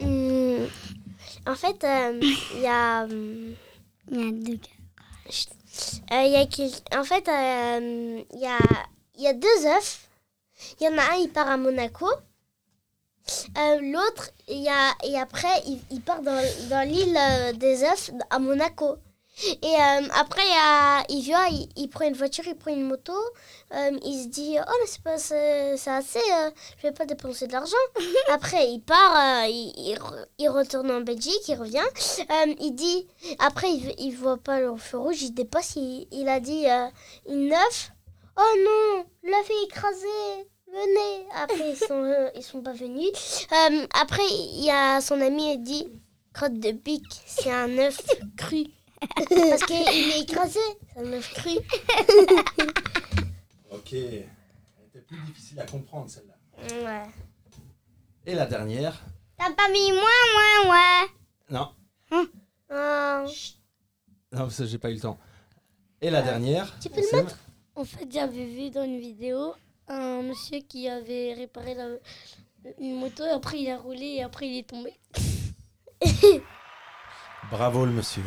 Speaker 3: hmm, en fait, euh, il y a. hmm,
Speaker 7: Il y a deux
Speaker 3: Chut. Euh, il y a quel- En fait, euh, il y, a... il y a deux œufs. Il y en a un, il part à Monaco. Euh, L'autre, il y a... et après, il, il part dans, dans l'île euh, des œufs à Monaco. Et euh, après, il, y a- il vient, Ah, il, il prend une voiture, il prend une moto. euh, il se dit Oh, mais c'est pas- c'est c'est assez, euh, je vais pas dépenser de l'argent. après, il part, euh, il, il re- il retourne en Belgique, il revient. Euh, il dit Après, il, il voit pas le feu rouge, il dépasse, il, il a dit euh, une œuf. Oh non, l'œuf est écrasé, venez. Après, ils sont, euh, ils sont pas venus. Euh, après, il y a son ami, il dit Crotte de pique, c'est un œuf cru. Parce qu'il est écrasé, c'est un œuf cru.
Speaker 4: Ok. Elle était plus difficile à comprendre celle-là.
Speaker 3: Ouais.
Speaker 4: Et la dernière
Speaker 3: T'as pas mis moins, moins, moins.
Speaker 4: Non,
Speaker 3: Oh.
Speaker 4: non, parce que j'ai pas eu le temps. Et la dernière
Speaker 15: Tu peux le
Speaker 4: Maxime
Speaker 15: mettre En fait, j'avais vu dans une vidéo un monsieur qui avait réparé la- une moto, et après il a roulé et après il est tombé.
Speaker 4: Bravo le monsieur.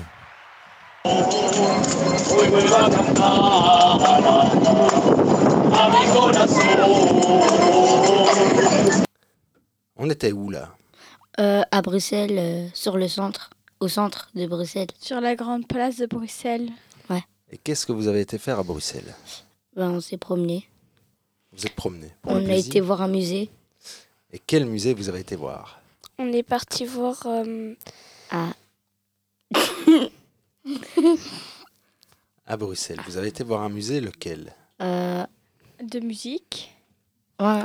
Speaker 4: On était où là
Speaker 7: à Bruxelles, euh, sur le centre, au centre de Bruxelles.
Speaker 16: Sur la grande place de Bruxelles.
Speaker 4: Et qu'est-ce que vous avez été faire à Bruxelles
Speaker 7: Ben, on s'est promené.
Speaker 4: Vous êtes promené. pour le
Speaker 7: On a
Speaker 4: plaisir.
Speaker 7: été voir un musée.
Speaker 4: Et quel musée vous avez été voir
Speaker 9: On est parti voir. euh,
Speaker 4: À Bruxelles. Vous avez été voir un musée, lequel
Speaker 9: De musique.
Speaker 7: Ouais.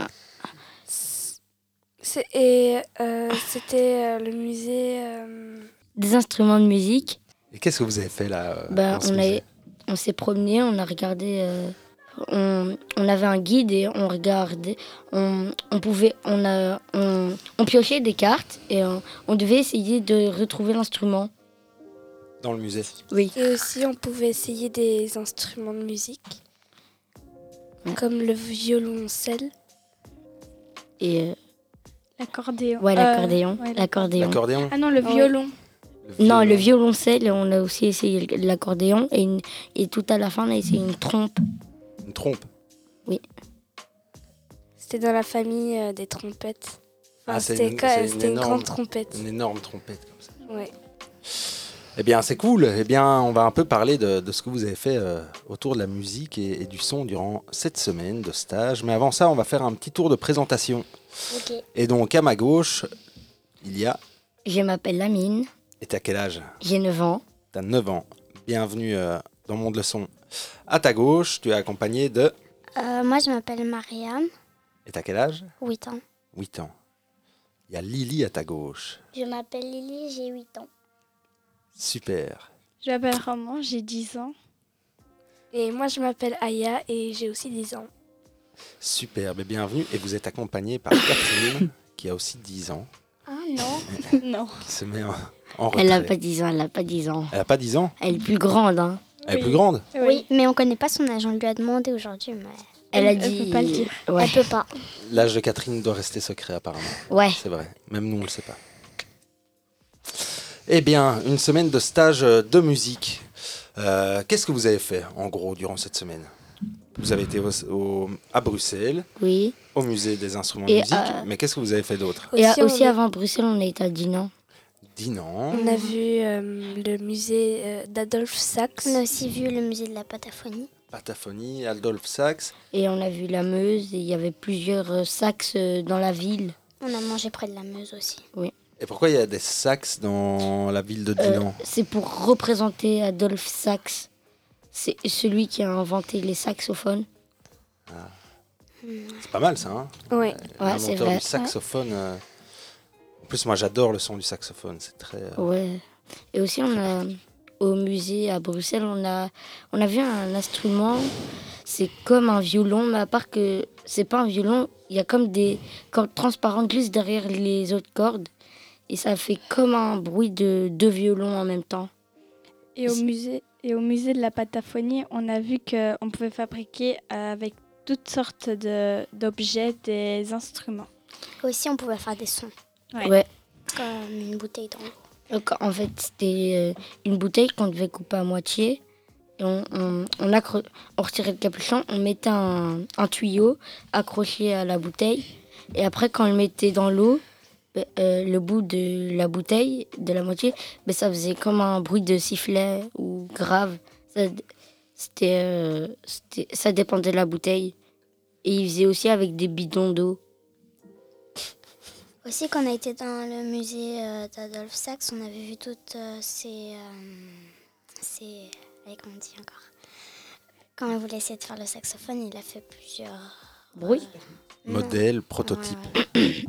Speaker 9: C'est- Et euh, c'était euh, le musée. euh,
Speaker 7: Des instruments de musique.
Speaker 4: Et qu'est-ce que vous avez fait là euh,
Speaker 7: Ben,
Speaker 4: dans ce
Speaker 7: on
Speaker 4: musée
Speaker 7: a- on s'est promené, on a regardé. euh, on, on avait un guide et on regardait. On, on pouvait, on a, on, on piochait des cartes et euh, on devait essayer de retrouver l'instrument.
Speaker 4: Dans le musée.
Speaker 7: Oui.
Speaker 9: Et aussi, on pouvait essayer des instruments de musique. Comme le violoncelle.
Speaker 7: Et euh,
Speaker 16: L'accordéon.
Speaker 7: ouais,
Speaker 16: Euh,
Speaker 7: l'accordéon,
Speaker 16: ouais,
Speaker 7: l'accordéon.
Speaker 16: Ah non, le violon.
Speaker 7: Ah Non, le violoncelle, on a aussi essayé l'accordéon et, une- et tout à la fin, on a essayé une trompe.
Speaker 4: Une trompe
Speaker 7: Oui.
Speaker 9: C'était dans la famille euh, des trompettes. Enfin,
Speaker 4: Ah, c'est
Speaker 9: c'était
Speaker 4: une-
Speaker 9: quand-
Speaker 4: c'est une
Speaker 9: c'était une,
Speaker 4: énorme-
Speaker 9: grande trompette.
Speaker 4: Une énorme trompette comme ça.
Speaker 9: Ouais.
Speaker 4: Eh bien, c'est cool. Eh bien, on va un peu parler de, de ce que vous avez fait euh, autour de la musique et, et du son durant cette semaine de stage. Mais avant ça, on va faire un petit tour de présentation.
Speaker 7: Ok.
Speaker 4: Et donc, à ma gauche, il y a.
Speaker 7: Je m'appelle Lamine,
Speaker 4: Et t'as quel âge
Speaker 7: j'ai 9 ans.
Speaker 4: T'as 9 ans. Bienvenue euh, dans le monde leçon. À ta gauche, tu es accompagné de.
Speaker 3: Euh, moi, je m'appelle Marianne,
Speaker 4: Et t'as quel âge
Speaker 3: 8 ans.
Speaker 4: 8 ans. Il y a Lily à ta gauche.
Speaker 3: Je m'appelle Lily, j'ai 8 ans.
Speaker 4: Super.
Speaker 9: Je m'appelle Roman, j'ai 10 ans. Et moi, je m'appelle Aya et j'ai aussi 10 ans.
Speaker 4: Superbe et bienvenue. Et vous êtes accompagné par Catherine, qui a aussi 10 ans,
Speaker 9: Ah non Non.
Speaker 4: qui se met en, en
Speaker 7: Elle n'a
Speaker 4: retrait.
Speaker 7: pas 10 ans, elle n'a pas 10 ans.
Speaker 4: Elle a pas 10 ans
Speaker 7: Elle est plus grande, hein.
Speaker 4: Elle est plus grande
Speaker 3: Oui, mais on connaît pas son âge, on lui a demandé aujourd'hui, mais...
Speaker 7: Elle a Elle dit- peut pas le dire. Ouais.
Speaker 3: Elle peut pas.
Speaker 4: L'âge de Catherine doit rester secret apparemment.
Speaker 7: Ouais.
Speaker 4: C'est vrai. Même nous, on le sait pas. Eh bien, une semaine de stage euh, de musique. Euh, Qu'est-ce que vous avez fait en gros durant cette semaine Vous avez été au- au- à Bruxelles,
Speaker 7: Oui.
Speaker 4: au musée des instruments de
Speaker 7: Et,
Speaker 4: musique,
Speaker 7: euh,
Speaker 4: mais qu'est-ce que vous avez fait d'autre
Speaker 7: Et aussi,
Speaker 9: on est-
Speaker 7: avant Bruxelles, on a été à Dinan.
Speaker 4: Dinan.
Speaker 9: On a vu euh, le musée euh, d'Adolphe Sax. On a aussi vu le musée de la Pataphonie.
Speaker 4: Pataphonie, Adolphe Sax.
Speaker 7: Et on a vu la Meuse et il y avait plusieurs euh, saxes euh, dans la ville.
Speaker 3: On a mangé près de la Meuse aussi.
Speaker 7: Oui.
Speaker 4: Et pourquoi il y a des sax dans la ville de
Speaker 7: Euh,
Speaker 4: Dinan
Speaker 7: c'est pour représenter Adolphe Sax. C'est celui qui a inventé les saxophones.
Speaker 4: Ah. C'est pas mal ça, hein
Speaker 7: Ouais.
Speaker 4: Euh,
Speaker 7: Ouais, c'est
Speaker 4: l'inventeur
Speaker 7: vrai.
Speaker 4: du saxophone. euh, En plus, moi j'adore le son du saxophone, c'est très. euh,
Speaker 7: Ouais. Et aussi, on a, au musée à Bruxelles, on a, on a vu un instrument. C'est comme un violon, mais à part que c'est pas un violon, il y a comme des cordes transparentes juste derrière les autres cordes. Et ça fait comme un bruit de deux violons en même temps.
Speaker 9: Et au musée,
Speaker 17: et au musée de la Pataphonie, on a vu qu'on pouvait fabriquer euh, avec toutes sortes de- d'objets des instruments.
Speaker 3: Aussi, on pouvait faire des sons.
Speaker 7: Ouais. Ouais.
Speaker 3: Comme une bouteille d'eau.
Speaker 7: Donc, en fait, c'était euh, une bouteille qu'on devait couper à moitié. Et on, on, on accro- on retirait le capuchon, on mettait un, un tuyau accroché à la bouteille. Et après, quand on le mettait dans l'eau, ben, euh, le bout de la bouteille, de la moitié, ben, ça faisait comme un bruit de sifflet ou grave. Ça, c'était, euh, c'était- ça dépendait de la bouteille. Et il faisait aussi avec des bidons d'eau.
Speaker 3: Aussi, quand on a été dans le musée euh, d'Adolphe Sax, on avait vu toutes euh, ces. euh, ces. allez, comment on dit encore Quand il voulait essayer de faire le saxophone, il a fait plusieurs.
Speaker 7: Bruit
Speaker 4: Modèle, prototype.
Speaker 7: Oui.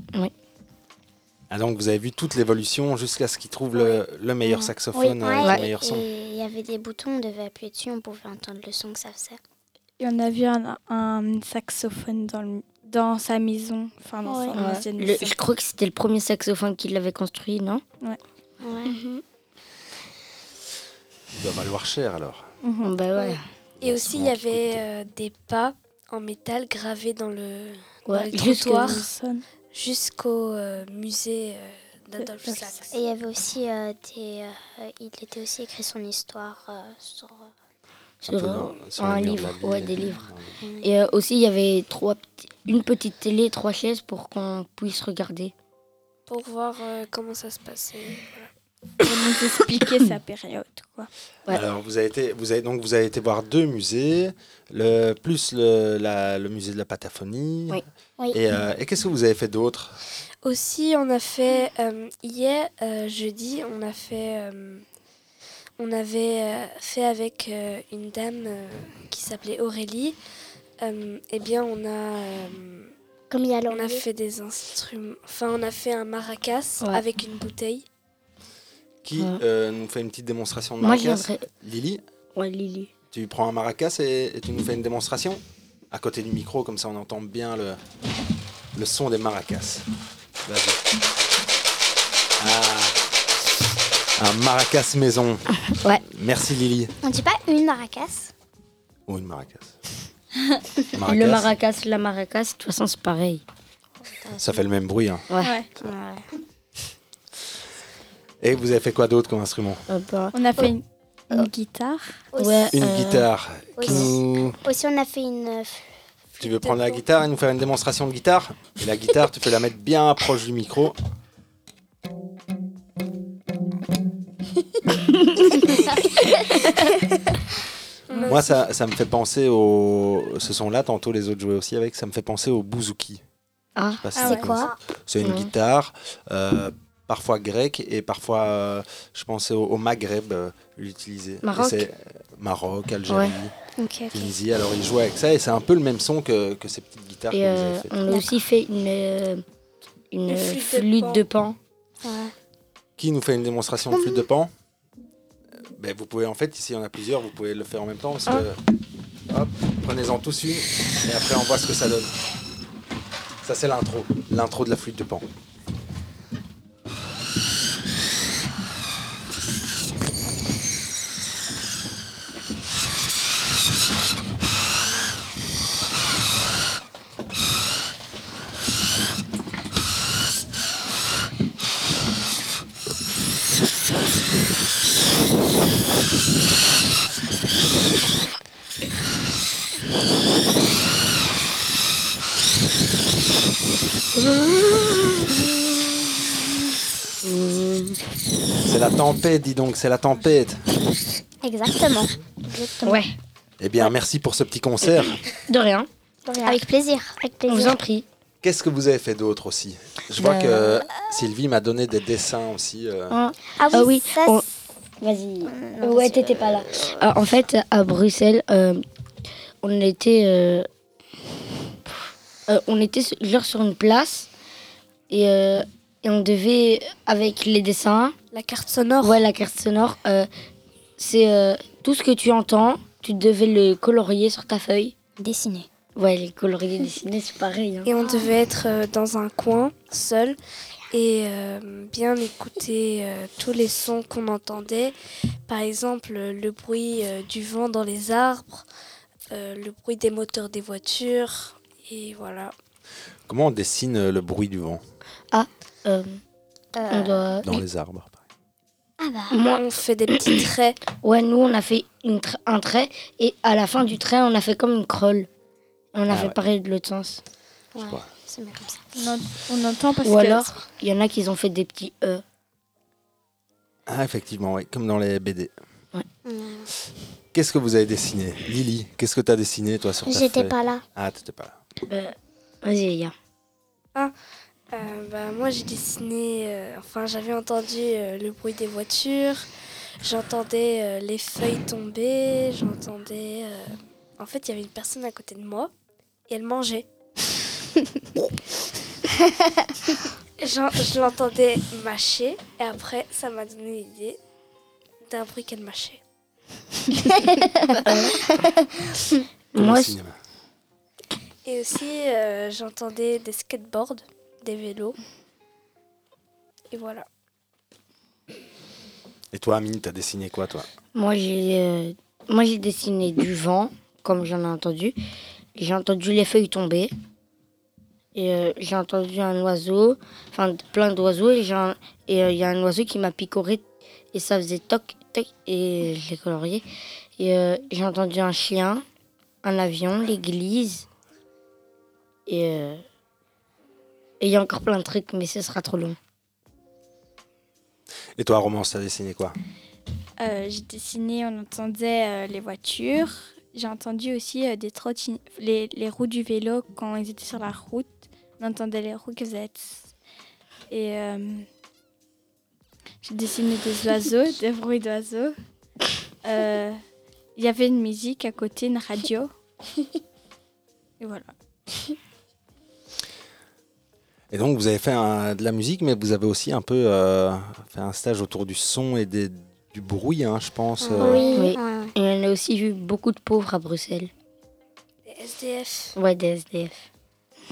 Speaker 4: Ah, donc vous avez vu toute l'évolution jusqu'à ce qu'il trouve le, le meilleur saxophone,
Speaker 3: Oui,
Speaker 4: euh,
Speaker 3: ouais,
Speaker 4: le meilleur son.
Speaker 3: Et il y avait des boutons, on devait appuyer dessus, on pouvait entendre le son que ça faisait.
Speaker 10: Et on a vu un, un saxophone dans, le- dans sa maison. Enfin, dans son
Speaker 7: Ouais.
Speaker 10: ancienne
Speaker 7: Le-
Speaker 10: maison.
Speaker 7: je crois que c'était le premier saxophone qu'il avait construit, non
Speaker 10: Ouais.
Speaker 4: Il doit valoir cher alors.
Speaker 7: Mhm. Bah ouais.
Speaker 9: Et aussi, il y avait euh, des pas en métal gravés dans le, dans
Speaker 7: Ouais,
Speaker 9: le
Speaker 7: jusqu'à
Speaker 9: trottoir
Speaker 7: Wilson.
Speaker 9: jusqu'au euh, musée euh, d'Adolphe
Speaker 3: Et
Speaker 9: Sax.
Speaker 3: il y avait aussi euh, des. euh, il était aussi écrit son histoire euh, sur.
Speaker 7: Sur,
Speaker 3: peu
Speaker 7: un,
Speaker 3: dans- sur
Speaker 7: un
Speaker 3: les murs de la
Speaker 7: livre,
Speaker 3: ville.
Speaker 7: ouais, des livres. Et euh, aussi, il y avait trois, petits- une petite télé, trois chaises pour qu'on puisse regarder.
Speaker 9: Pour voir euh, comment ça se passait.
Speaker 10: Pour nous expliquer sa période, quoi.
Speaker 4: Alors vous avez été, vous avez donc vous avez été voir deux musées, le plus le, la- le musée de la Pataphonie.
Speaker 9: Oui. Oui.
Speaker 4: Et, euh, et qu'est-ce que vous avez fait d'autre
Speaker 9: Aussi, on a fait euh, hier euh, jeudi, on a fait, euh, on avait euh, fait avec euh, une dame euh, qui s'appelait Aurélie. Euh, eh bien, on a, euh, on a
Speaker 3: l'anglais.
Speaker 9: fait des instruments. Enfin, on a fait un maracas
Speaker 7: Ouais.
Speaker 9: avec une bouteille.
Speaker 4: Qui euh, nous fait une petite démonstration de
Speaker 7: Moi,
Speaker 4: maracas
Speaker 7: j'aimerais-
Speaker 4: Lily,
Speaker 7: Ouais, Lily.
Speaker 4: tu prends un maracas et, et tu nous fais une démonstration à côté du micro, comme ça on entend bien le, le son des maracas. Vas-y. Ah, un maracas maison.
Speaker 3: Ouais.
Speaker 4: Merci Lily.
Speaker 3: On dit pas une maracas
Speaker 4: Ou une maracas.
Speaker 7: Le
Speaker 4: Maracas.
Speaker 7: maracas, la maracas, de toute façon, c'est pareil.
Speaker 4: Ça fait le même bruit. hein.
Speaker 7: Ouais.
Speaker 4: Et vous avez fait quoi d'autre comme instrument
Speaker 7: Euh, bah,
Speaker 10: On a fait
Speaker 9: Oh.
Speaker 10: une, une guitare.
Speaker 7: Ouais,
Speaker 4: Une
Speaker 7: euh,
Speaker 4: guitare.
Speaker 3: aussi.
Speaker 4: Qui nous-
Speaker 3: Aussi, on a fait une. euh,
Speaker 4: Tu veux prendre la guitare et nous faire une démonstration de guitare Et la guitare, tu peux la mettre bien proche du micro. Moi, ça, ça me fait penser au. Ce son-là, tantôt les autres jouaient aussi avec, ça me fait penser au bouzouki.
Speaker 7: Ah,
Speaker 4: Je sais pas si
Speaker 7: Ah
Speaker 4: vous
Speaker 7: ouais.
Speaker 4: connaissez.
Speaker 7: quoi
Speaker 4: C'est une
Speaker 7: Ouais.
Speaker 4: guitare, euh, parfois grecque et parfois, euh, je pensais au, au Maghreb, euh, l'utiliser. Et
Speaker 7: Maroc.
Speaker 4: c'est- Maroc, Algérie,
Speaker 7: Ouais. Ok, ok.
Speaker 4: Tunisie. Alors, ils jouaient avec ça et c'est un peu le même son que, que ces petites guitares
Speaker 7: Et
Speaker 4: que vous
Speaker 7: euh,
Speaker 4: avez faites.
Speaker 7: on a aussi fait une, euh, une,
Speaker 9: Une
Speaker 7: flûte,
Speaker 9: flûte de pan.
Speaker 7: de pan.
Speaker 4: Qui nous fait une démonstration de flûte de pan Euh, ben, Vous pouvez, en fait, ici, il y en a plusieurs, vous pouvez le faire en même temps. Parce que,
Speaker 7: Ah.
Speaker 4: hop, prenez-en tous une et après, on voit ce que ça donne. Ça, c'est l'intro. L'intro de la flûte de pan. C'est la tempête, dis donc, c'est la tempête.
Speaker 3: Exactement. Exactement.
Speaker 7: Ouais.
Speaker 4: Eh bien, merci pour ce petit concert.
Speaker 7: De rien.
Speaker 3: Avec plaisir. Avec plaisir.
Speaker 7: vous en prie.
Speaker 4: Qu'est-ce que vous avez fait d'autre aussi Je vois
Speaker 7: Euh.
Speaker 4: que Sylvie m'a donné des dessins aussi. euh.
Speaker 7: Ah,
Speaker 3: Ah
Speaker 7: ah
Speaker 3: oui,
Speaker 7: oui.
Speaker 3: ça,
Speaker 7: on- Vas-y. ouais, t'étais pas là. Ah, en fait, à Bruxelles, euh, on était, euh, euh, on était sur- genre sur une place et, euh, et on devait, avec les dessins,
Speaker 9: la carte sonore.
Speaker 7: Ouais, la carte sonore. euh, c'est euh, tout ce que tu entends, tu devais le colorier sur ta feuille.
Speaker 3: Dessiner.
Speaker 7: Ouais, les colorier dessiner, c'est pareil. hein.
Speaker 9: Et on devait être euh, dans un coin, seul, et euh, bien écouter euh, tous les sons qu'on entendait. Par exemple, euh, le bruit euh, du vent dans les arbres, euh, le bruit des moteurs des voitures, et voilà.
Speaker 4: Comment on dessine euh, le bruit du vent
Speaker 7: Ah, euh, on doit.
Speaker 4: dans les arbres
Speaker 7: Moi,
Speaker 9: on fait des petits traits.
Speaker 7: Ouais, nous, on a fait une tra- un trait et à la fin du trait, on a fait comme une crolle. On a
Speaker 4: Ah
Speaker 7: fait
Speaker 4: ouais.
Speaker 7: pareil de l'autre sens.
Speaker 4: Je vois.
Speaker 18: se met comme ça.
Speaker 19: On entend parce
Speaker 9: Ou
Speaker 19: que.
Speaker 9: alors, il y en a qui ont fait des petits E.
Speaker 4: Ah, effectivement, oui, comme dans les BD.
Speaker 18: Ouais.
Speaker 4: Qu'est-ce que vous avez dessiné Lily, qu'est-ce que tu as dessiné, toi, sur ta
Speaker 18: J'étais
Speaker 4: feuille
Speaker 18: pas là.
Speaker 4: Ah, t'étais pas là.
Speaker 9: Vas-y, Eya.
Speaker 20: Ah, euh, bah, moi j'ai dessiné, euh, enfin j'avais entendu euh, le bruit des voitures, j'entendais euh, les feuilles tomber, j'entendais... euh, En fait il y avait une personne à côté de moi et elle mangeait. J'en- je l'entendais mâcher et après ça m'a donné l'idée d'un bruit qu'elle mâchait.
Speaker 9: Moi,
Speaker 20: Et aussi, euh, j'entendais des skateboards, des vélos. Et voilà.
Speaker 4: Et toi, Amine, t'as dessiné quoi, toi
Speaker 9: Moi, j'ai euh, moi j'ai dessiné du vent, comme j'en ai entendu. J'ai entendu les feuilles tomber. Et euh, j'ai entendu un oiseau, enfin plein d'oiseaux. Et il et, euh, il y a un oiseau qui m'a picoré. Et ça faisait toc, toc. Et je l'ai colorié. Et euh, j'ai entendu un chien, un avion, l'église. Et euh, et il y a encore plein de trucs, mais ce sera trop long.
Speaker 4: Et toi, Romance, t'as dessiné quoi
Speaker 19: Euh, j'ai dessiné, on entendait euh, les voitures. J'ai entendu aussi euh, des trottine- les, les roues du vélo quand ils étaient sur la route. On entendait les roues que Et euh, j'ai dessiné des oiseaux, des bruits d'oiseaux. Euh, Il y avait une musique à côté, une radio. Et voilà.
Speaker 4: Et donc, vous avez fait un- de la musique, mais vous avez aussi un peu euh, fait un stage autour du son et des- du bruit, hein, je pense. euh.
Speaker 9: Oui. Et on a aussi vu beaucoup de pauvres à Bruxelles.
Speaker 20: Des SDF.
Speaker 9: Ouais, des SDF.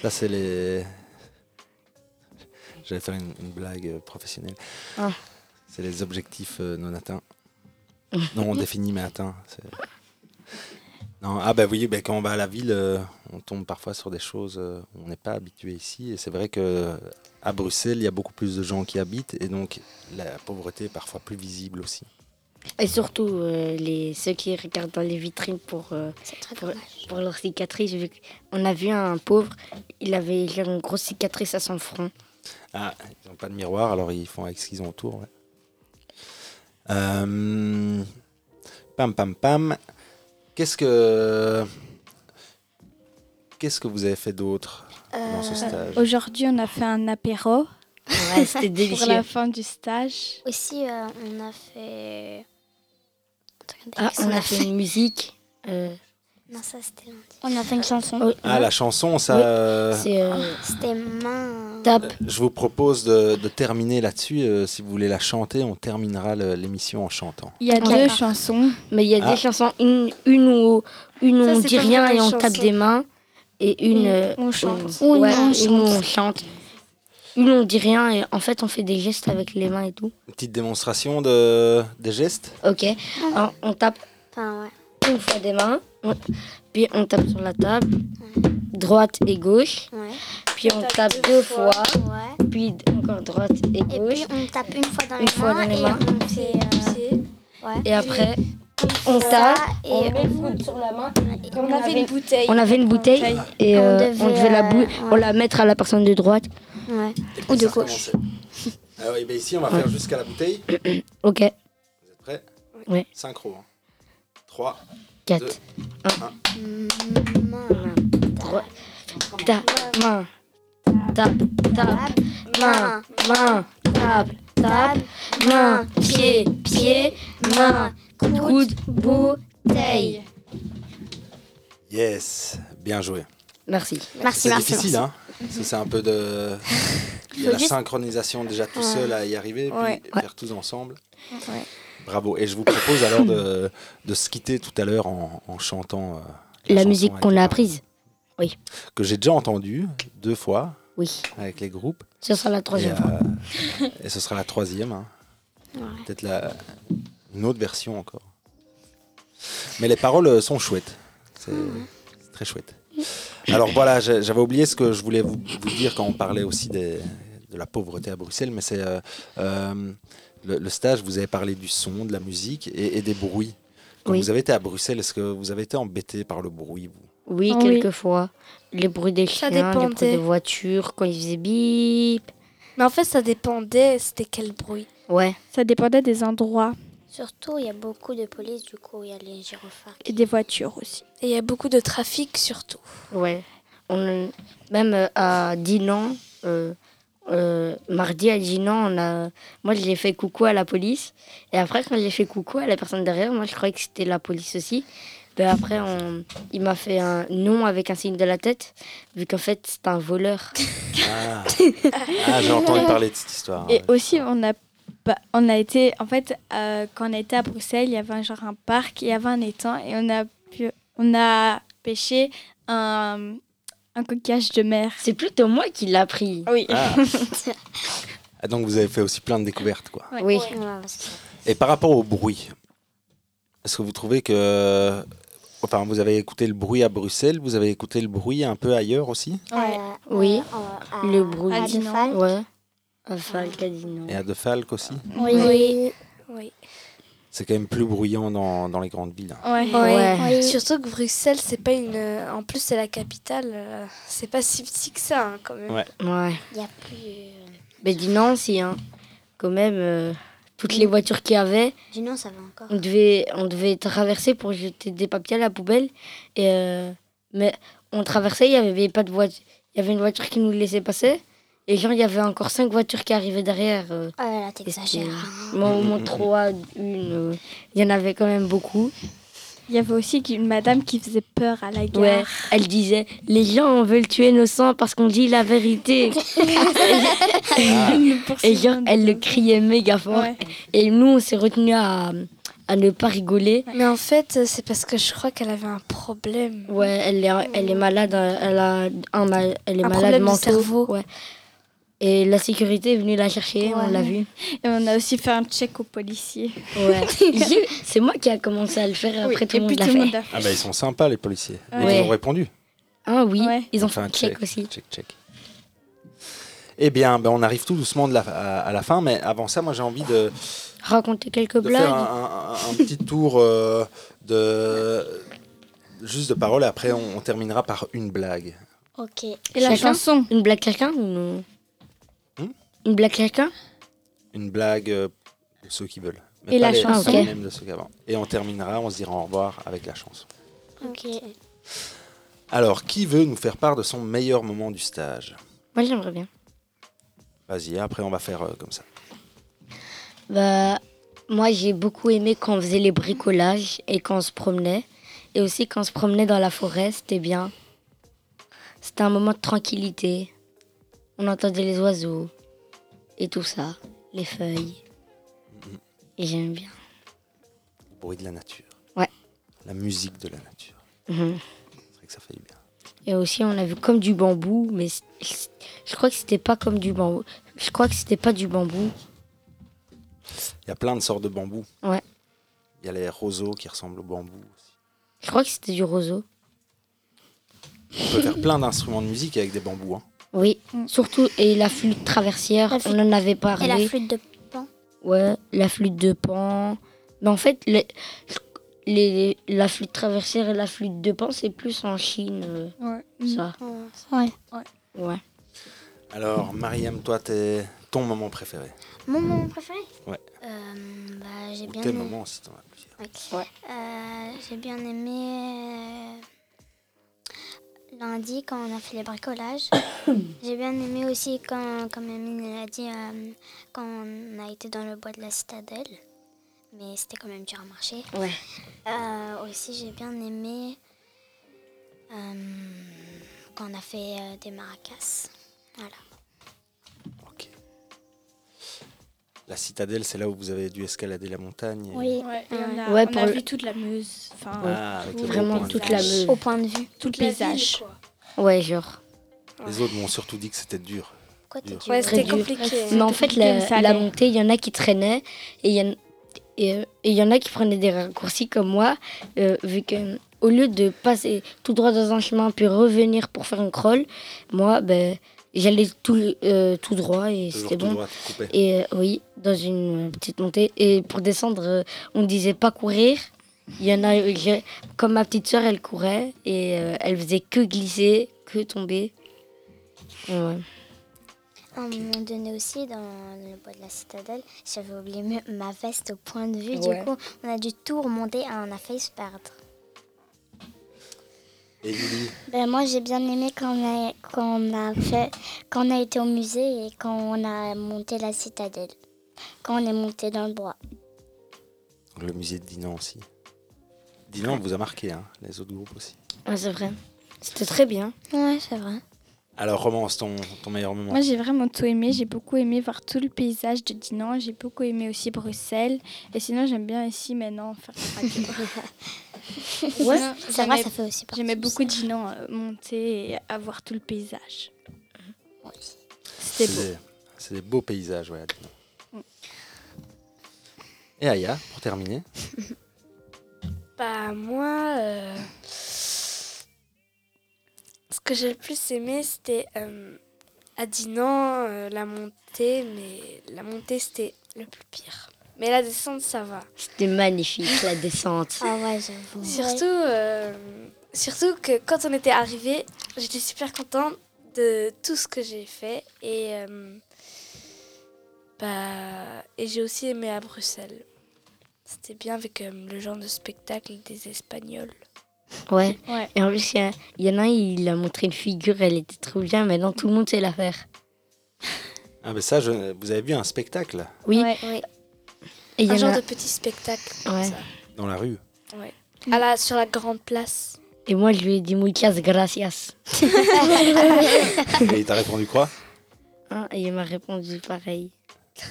Speaker 4: Ça, c'est les. J'allais faire une, une blague euh, professionnelle.
Speaker 9: Ah.
Speaker 4: C'est les objectifs euh, non atteints. non définis mais atteints. c'est- Non, ah bah oui, bah, quand on va à la ville, euh, on tombe parfois sur des choses, euh, on n'est pas habitué ici. Et c'est vrai que euh, à Bruxelles, il y a beaucoup plus de gens qui habitent et donc la pauvreté est parfois plus visible aussi.
Speaker 9: Et surtout euh, les, ceux qui regardent dans les vitrines pour, euh, pour, pour leurs cicatrices. Vu que- on a vu un pauvre, il avait il avait une grosse cicatrice à son front.
Speaker 4: Ah, ils n'ont pas de miroir, alors ils font avec ce qu'ils ont autour. ouais. Euh, pam, pam, pam. Qu'est-ce que. Qu'est-ce que vous avez fait d'autre dans ce
Speaker 9: Euh,
Speaker 4: stage
Speaker 19: Aujourd'hui, on a fait un apéro.
Speaker 9: Ouais, c'était
Speaker 19: Pour la
Speaker 9: délicieux.
Speaker 19: fin du stage.
Speaker 18: Aussi, euh, on a fait.
Speaker 9: Ah, on a fait une musique. euh,
Speaker 18: Non, ça c'était lundi.
Speaker 9: On a fait une chanson.
Speaker 4: Ah, la chanson, ça.
Speaker 9: Oui,
Speaker 4: euh,
Speaker 9: c'est, euh,
Speaker 18: C'était main.
Speaker 9: Tape.
Speaker 4: Je vous propose de, de terminer là-dessus. euh, si vous voulez la chanter, on terminera le- l'émission en chantant.
Speaker 9: Il y a
Speaker 5: deux
Speaker 9: chansons. Mais il y a
Speaker 4: Ah.
Speaker 9: deux chansons. Une, une où, une où
Speaker 5: Ça,
Speaker 9: on
Speaker 5: c'est
Speaker 9: dit
Speaker 5: pas
Speaker 9: rien
Speaker 5: vraiment
Speaker 9: et
Speaker 5: une
Speaker 9: on tape
Speaker 5: chanson.
Speaker 9: des mains. Et une.
Speaker 5: Une-
Speaker 9: euh,
Speaker 5: on chante.
Speaker 9: où-
Speaker 5: Une
Speaker 9: ouais,
Speaker 5: on
Speaker 9: une où
Speaker 5: chante.
Speaker 9: on chante. Une où on dit rien et en fait on fait des gestes avec les mains et tout.
Speaker 4: Une petite démonstration de, des gestes
Speaker 9: Ok. Alors, on tape une fois des mains. on- Puis on tape sur la table. Droite et gauche. Puis on, tape, deux fois. Puis d- encore droite et gauche.
Speaker 18: Et puis on tape une fois dans
Speaker 9: Une
Speaker 18: les
Speaker 9: fois
Speaker 18: mains
Speaker 9: dans les
Speaker 18: et
Speaker 9: mains.
Speaker 18: on fait. euh, ouais.
Speaker 9: Et après,
Speaker 18: on
Speaker 9: on
Speaker 18: fait
Speaker 9: tape.
Speaker 18: ça et
Speaker 9: on-
Speaker 18: on-
Speaker 9: sur la main.
Speaker 18: on avait une bouteille.
Speaker 9: On avait une bouteille et
Speaker 18: On
Speaker 9: euh, on devait,
Speaker 18: devait,
Speaker 9: la bou-
Speaker 18: euh,
Speaker 9: on la mettre à la personne de droite.
Speaker 18: Ouais.
Speaker 9: Ou de gauche.
Speaker 4: Ah oui, ben ici, on va faire jusqu'à la bouteille.
Speaker 9: Ok.
Speaker 4: Vous êtes prêts
Speaker 9: Ouais.
Speaker 4: Synchro. hein. 3,
Speaker 9: 4,
Speaker 4: 1.
Speaker 9: Droite. Tape, main. Tape, tape, main, main. Tape, tape, main. Pied, pied, main. Coude, bouteille.
Speaker 4: Yes, bien joué.
Speaker 9: Merci.
Speaker 4: C'est difficile, hein Parce que C'est un peu de. Il y a
Speaker 9: Faut
Speaker 4: la
Speaker 9: juste-
Speaker 4: synchronisation déjà tout
Speaker 9: Ouais.
Speaker 4: seul à y arriver, puis
Speaker 9: Ouais.
Speaker 4: faire tous ensemble. Bravo. Et je vous propose alors de, de se quitter tout à l'heure en, en chantant euh,
Speaker 9: La
Speaker 4: chanson
Speaker 9: musique
Speaker 4: avec
Speaker 9: qu'on
Speaker 4: les
Speaker 9: a
Speaker 4: paroles.
Speaker 9: apprise. Oui.
Speaker 4: Que j'ai déjà entendue deux fois.
Speaker 9: Oui.
Speaker 4: Avec les groupes.
Speaker 9: Ce sera la troisième
Speaker 4: Et,
Speaker 9: fois.
Speaker 4: euh, et ce sera la troisième. hein. Peut-être la, une autre version encore. Mais les paroles euh, sont chouettes. C'est c'est très chouette. Alors voilà, j'ai- j'avais oublié ce que je voulais vous, vous dire quand on parlait aussi des- de la pauvreté à Bruxelles, mais c'est euh, euh, le, le stage, vous avez parlé du son, de la musique et, et des bruits. Quand
Speaker 9: Oui.
Speaker 4: vous avez été à Bruxelles, est-ce que vous avez été embêté par le bruit vous
Speaker 9: Oui,
Speaker 21: Ah oui.
Speaker 9: quelquefois. Les bruits des
Speaker 22: Ça
Speaker 9: chiens, les bruits
Speaker 22: dépendait.
Speaker 9: des voitures, quand ils faisaient bip.
Speaker 22: Mais en fait, ça dépendait, c'était quel bruit.
Speaker 9: Ouais.
Speaker 10: Ça dépendait des endroits
Speaker 3: Oh,
Speaker 7: Surtout, il y a beaucoup de police, du coup, il y a les gyrophares.
Speaker 10: et des voitures aussi.
Speaker 22: Et il y a beaucoup de trafic surtout.
Speaker 9: Ouais. On, même euh, à Dinan, euh, euh, mardi à Dinan, on a, moi j'ai fait coucou à la police. Et après, quand j'ai fait coucou à la personne derrière, moi je croyais que c'était la police aussi. Ben après, on- il m'a fait un non avec un signe de la tête, vu qu'en fait c'est un voleur.
Speaker 4: Ah, Ah, j'ai entendu parler de cette histoire. hein.
Speaker 10: Et aussi, on a, pas- on a été, en fait, euh, quand on était à Bruxelles, il y avait un, genre un parc, il y avait un étang, et on a, pu, on a pêché un, un coquillage de mer.
Speaker 9: C'est plutôt moi qui l'a pris.
Speaker 10: Oui.
Speaker 4: Ah. Ah, donc vous avez fait aussi plein de découvertes, quoi.
Speaker 9: Oui.
Speaker 4: Et par rapport au bruit, est-ce que vous trouvez que... Enfin, vous avez écouté le bruit à Bruxelles, vous avez écouté le bruit un peu ailleurs aussi
Speaker 9: Oui. Le bruit.
Speaker 7: à Dinan.
Speaker 9: Ouais. Enfin, le Dinan.
Speaker 4: Et à De Falck aussi
Speaker 7: Oui. Oui.
Speaker 22: Oui.
Speaker 4: C'est quand même plus bruyant dans, dans les grandes villes.
Speaker 22: Ouais.
Speaker 9: Ouais.
Speaker 22: Surtout que Bruxelles, c'est pas une. En plus, c'est la capitale. euh, C'est pas si petit que ça, hein, quand même.
Speaker 4: Ouais.
Speaker 9: Ouais.
Speaker 7: Il y a plus. euh,
Speaker 9: Mais Dinan, si, hein. Quand même, euh, toutes les voitures qu'il y avait,
Speaker 7: Dinan, ça va encore.
Speaker 9: on devait, on devait traverser pour jeter des papiers à la poubelle. Et euh, mais on traversait, il y avait pas de voiture. Il y avait une voiture qui nous laissait passer. Et genre, il y avait encore cinq voitures qui arrivaient derrière. euh.
Speaker 7: Ah là là,
Speaker 9: C'était-
Speaker 7: t'exagères.
Speaker 9: Moi,
Speaker 4: Mm,
Speaker 9: au moins trois, une. euh, Il y en avait quand même beaucoup.
Speaker 10: Il y avait aussi une madame qui faisait peur à la gare.
Speaker 9: Ouais, elle disait les gens veulent tuer nos sangs parce qu'on dit la vérité. et genre, elle le criait méga fort. Et nous, on s'est retenus à, à ne pas rigoler.
Speaker 22: Mais en fait, c'est parce que je crois qu'elle avait un problème.
Speaker 9: Ouais, elle est, elle est malade, elle, a un ma- elle est
Speaker 22: Un
Speaker 9: malade
Speaker 22: problème du
Speaker 9: mentale.
Speaker 22: cerveau.
Speaker 9: Ouais. Et la sécurité est venue la chercher, on
Speaker 10: Ouais.
Speaker 9: l'a vu.
Speaker 10: Et on a aussi fait un check aux policiers.
Speaker 9: Ouais. J'ai- C'est moi qui a commencé à le faire et
Speaker 10: Oui,
Speaker 9: après tout
Speaker 10: et
Speaker 9: le monde
Speaker 10: puis
Speaker 9: l'a
Speaker 10: tout le monde
Speaker 9: fait.
Speaker 10: l'a
Speaker 4: Ah bah ils sont sympas les policiers.
Speaker 9: Ouais.
Speaker 4: Ils ont répondu.
Speaker 9: Ah oui, ils ont fait
Speaker 4: Enfin,
Speaker 9: un check aussi.
Speaker 4: Check, check. Eh bien, ben, on arrive tout doucement de la- à, à la fin, mais avant ça, moi j'ai envie de,
Speaker 9: Raconter quelques
Speaker 4: de faire
Speaker 9: blagues.
Speaker 4: un, un- un petit tour euh, de juste de parole. Après, on, on terminera par une blague.
Speaker 7: Ok.
Speaker 9: Et la
Speaker 10: Chacun
Speaker 9: chanson Une blague quelqu'un ou non
Speaker 4: Hmm
Speaker 9: Une blague quelqu'un
Speaker 4: Une blague euh, de ceux qui veulent.
Speaker 9: Et
Speaker 4: pas
Speaker 9: la
Speaker 4: les-
Speaker 9: chanson.
Speaker 4: les
Speaker 9: Ok.
Speaker 4: mêmes de ceux qu'avant. Et on terminera, on se dira au revoir avec la chanson.
Speaker 7: Ok.
Speaker 4: Alors, qui veut nous faire part de son meilleur moment du stage
Speaker 9: Moi j'aimerais bien.
Speaker 4: Vas-y, après on va faire euh, comme ça.
Speaker 9: Bah, moi j'ai beaucoup aimé quand on faisait les bricolages et quand on se promenait. Et aussi quand on se promenait dans la forêt, c'était bien. C'était un moment de tranquillité. On entendait les oiseaux et tout ça, les feuilles. Et j'aime bien.
Speaker 4: Le bruit de la nature.
Speaker 9: Ouais.
Speaker 4: La musique de la nature.
Speaker 9: Mhm.
Speaker 4: C'est vrai que ça fait du bien.
Speaker 9: Et aussi on a vu comme du bambou, mais c- c- je crois que c'était pas comme du bambou. Je crois que c'était pas du bambou.
Speaker 4: Il y a plein de sortes de bambous.
Speaker 9: Ouais.
Speaker 4: Il y a les roseaux qui ressemblent au bambou.
Speaker 9: Je crois que c'était du roseau.
Speaker 4: On peut faire plein d'instruments de musique avec des bambous. hein.
Speaker 9: Oui, surtout et la flûte traversière,
Speaker 7: La flûte-
Speaker 9: on en avait parlé.
Speaker 7: Et la flûte de pan.
Speaker 9: Ouais, la flûte de pan. Mais en fait, les, les- la flûte traversière et la flûte de pan, c'est plus en Chine. euh, Ça.
Speaker 7: Ouais.
Speaker 9: Ouais.
Speaker 4: Alors, Mariam, toi, t'es ton moment préféré.
Speaker 7: Mon moment préféré
Speaker 4: Ouais.
Speaker 7: Euh, bah, j'ai
Speaker 4: Ou
Speaker 7: bien
Speaker 4: tes
Speaker 7: aimé.
Speaker 4: moments, si t'en as plusieurs.
Speaker 7: Ouais. Euh, j'ai bien aimé euh, lundi quand on a fait les bricolages. j'ai bien aimé aussi quand, comme Amine l'a dit, euh, quand on a été dans le bois de la citadelle. Mais c'était quand même dur à marcher.
Speaker 9: Ouais.
Speaker 7: Euh, aussi, j'ai bien aimé euh, quand on a fait euh, des maracas. Voilà.
Speaker 4: La citadelle, c'est là où vous avez dû escalader la montagne. et-
Speaker 10: Ouais, et on a,
Speaker 9: Ouais,
Speaker 10: on
Speaker 9: pour
Speaker 10: a
Speaker 9: le-
Speaker 10: vu toute la Meuse. Enfin,
Speaker 4: Ah, avec
Speaker 10: tout-
Speaker 4: le Vraiment beau toute la paysage. Meuse.
Speaker 7: Au point de vue.
Speaker 10: Tout le
Speaker 7: Toute la ville,
Speaker 10: paysage.
Speaker 9: Ouais, genre.
Speaker 4: Les autres m'ont surtout dit que c'était dur. Dur.
Speaker 9: Très dur. Mais en fait,
Speaker 10: compliqué, mais
Speaker 9: la,
Speaker 10: ça
Speaker 9: la
Speaker 10: allait.
Speaker 9: montée, il y en a qui traînaient et il y en- et, euh, et il y en a qui prenaient des raccourcis comme moi, euh, vu que euh, au lieu de passer tout droit dans un chemin puis revenir pour faire un crawl, moi, ben, j'allais tout, euh, tout droit et
Speaker 4: Toujours
Speaker 9: c'était
Speaker 4: tout
Speaker 9: bon.
Speaker 4: droit, tu coupais.
Speaker 9: Et euh, oui, dans une euh, petite montée. Et pour descendre, euh, on disait pas courir. Il y en a, j'ai- comme ma petite soeur, elle courait et euh, elle faisait que glisser, que tomber. Et ouais.
Speaker 3: À un moment donné aussi, dans le bois de la citadelle, j'avais oublié me- ma veste au point de vue.
Speaker 9: Ouais.
Speaker 3: Du coup, on a dû tout remonter et on a failli se perdre.
Speaker 4: Et Julie
Speaker 3: Ben, moi, j'ai bien aimé quand on, a, quand, on a fait, quand on a été au musée et quand on a monté la citadelle. Quand on est monté dans le bois.
Speaker 4: Le musée de Dinan aussi. Dinan vous a marqué, hein, les autres groupes aussi.
Speaker 9: Ouais, Ah, c'est vrai. C'était très bien.
Speaker 3: Ouais, c'est vrai.
Speaker 4: Alors, romance, ton, ton meilleur moment.
Speaker 23: Moi, j'ai vraiment tout aimé. J'ai beaucoup aimé voir tout le paysage de Dinan. J'ai beaucoup aimé aussi Bruxelles. Et sinon, j'aime bien ici maintenant faire la radio.
Speaker 3: Ouais,
Speaker 23: Sinon,
Speaker 3: ça va,
Speaker 23: j'aimais-
Speaker 3: ça fait aussi partie
Speaker 23: J'aimais
Speaker 3: de
Speaker 23: beaucoup Dinan euh, monter et avoir tout le paysage. C'était
Speaker 4: C'est
Speaker 23: beau.
Speaker 4: des- C'est des beaux paysages, ouais, à Dinan.
Speaker 23: Mm.
Speaker 4: Et Aya, pour terminer.
Speaker 7: Bah moi, euh, ce que j'ai le plus aimé, c'était euh, à Dinan, euh, la montée, mais la montée c'était le plus pire. Mais la descente, ça va.
Speaker 9: C'était magnifique, la descente.
Speaker 3: Ah ouais, j'avoue.
Speaker 7: Surtout, euh, surtout que quand on était arrivé, j'étais super contente de tout ce que j'ai fait et euh, bah et j'ai aussi aimé à Bruxelles. C'était bien avec euh, le genre de spectacle des Espagnols.
Speaker 9: Ouais.
Speaker 7: Ouais.
Speaker 9: Et en plus, il y a- il y, en a un, il a montré une figure, elle était trop bien. Maintenant, tout le monde sait la faire.
Speaker 4: Ah, ben ça, je- vous avez vu un spectacle
Speaker 9: Oui. Et il y
Speaker 7: un
Speaker 9: en
Speaker 7: genre
Speaker 9: a-
Speaker 7: de petit spectacle. comme
Speaker 9: Ouais.
Speaker 4: dans la rue.
Speaker 7: ça. Ouais.
Speaker 9: Mm.
Speaker 7: À la- sur la grande place.
Speaker 9: Et moi, je lui ai dit muchas gracias.
Speaker 4: Et il t'a répondu quoi
Speaker 9: Hein, et il m'a répondu pareil.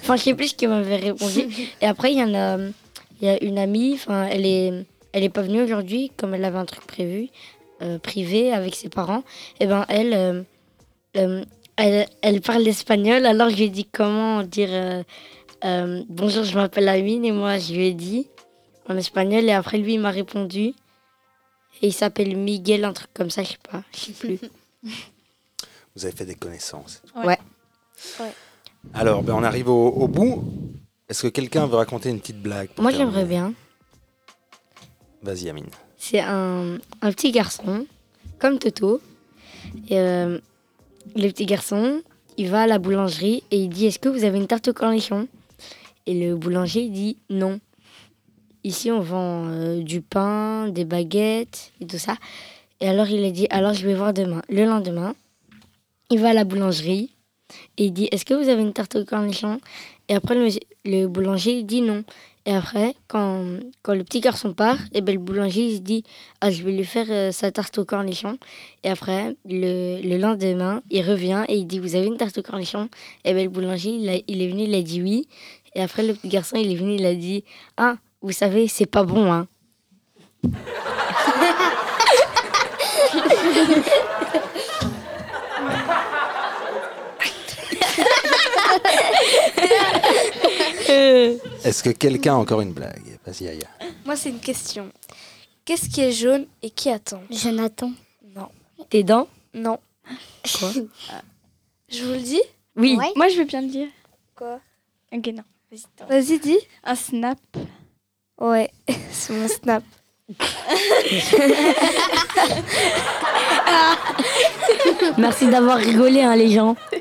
Speaker 9: Enfin, je sais plus ce qu'il m'avait répondu. Et après, il y en a, il y a une amie, enfin, elle est, elle est pas venue aujourd'hui, comme elle avait un truc prévu, euh, privé, avec ses parents. Et ben, elle, euh, euh, elle, elle parle espagnol, alors je lui ai dit comment dire euh, euh, bonjour, je m'appelle Amine, et moi, je lui ai dit en espagnol, et après, lui, il m'a répondu. Et il s'appelle Miguel, un truc comme ça, je sais pas, je sais plus.
Speaker 4: Vous avez fait des connaissances.
Speaker 9: ouais.
Speaker 4: Alors, ben, on arrive au, au bout. Est-ce que quelqu'un veut raconter une petite blague pour
Speaker 9: Moi,
Speaker 4: terminer
Speaker 9: j'aimerais bien.
Speaker 4: Vas-y, Amine.
Speaker 9: C'est un, un petit garçon, comme Toto. Et, euh, le petit garçon, il va à la boulangerie et il dit Est-ce que vous avez une tarte au cornichon Et le boulanger il dit Non. Ici, on vend euh, du pain, des baguettes et tout ça. Et alors, il a dit Alors, je vais voir demain. Le lendemain, il va à la boulangerie et il dit Est-ce que vous avez une tarte au cornichon Et après, le, le boulanger il dit non. Et après, quand, quand le petit garçon part, et ben, le boulanger il se dit Ah, je vais lui faire euh, sa tarte au cornichon. Et après, le, le lendemain, il revient et il dit Vous avez une tarte au cornichon Et ben, le boulanger, il, a- il est venu, il a dit oui. Et après, le petit garçon, il est venu, il a dit Ah, vous savez, c'est pas bon, hein.
Speaker 4: Est-ce que quelqu'un a encore une blague Vas-y, Aya.
Speaker 7: Moi, c'est une question. Qu'est-ce qui est jaune et qui attend
Speaker 3: Jonathan.
Speaker 7: Non.
Speaker 9: Tes dents
Speaker 7: Non.
Speaker 9: Quoi
Speaker 7: Je vous le dis
Speaker 9: Oui.
Speaker 23: Moi, je veux bien le dire.
Speaker 7: Quoi
Speaker 23: Ok, non.
Speaker 7: Vas-y, dis.
Speaker 23: Un snap.
Speaker 7: Ouais, c'est mon snap.
Speaker 9: Merci d'avoir rigolé, hein, les gens.
Speaker 4: Eh,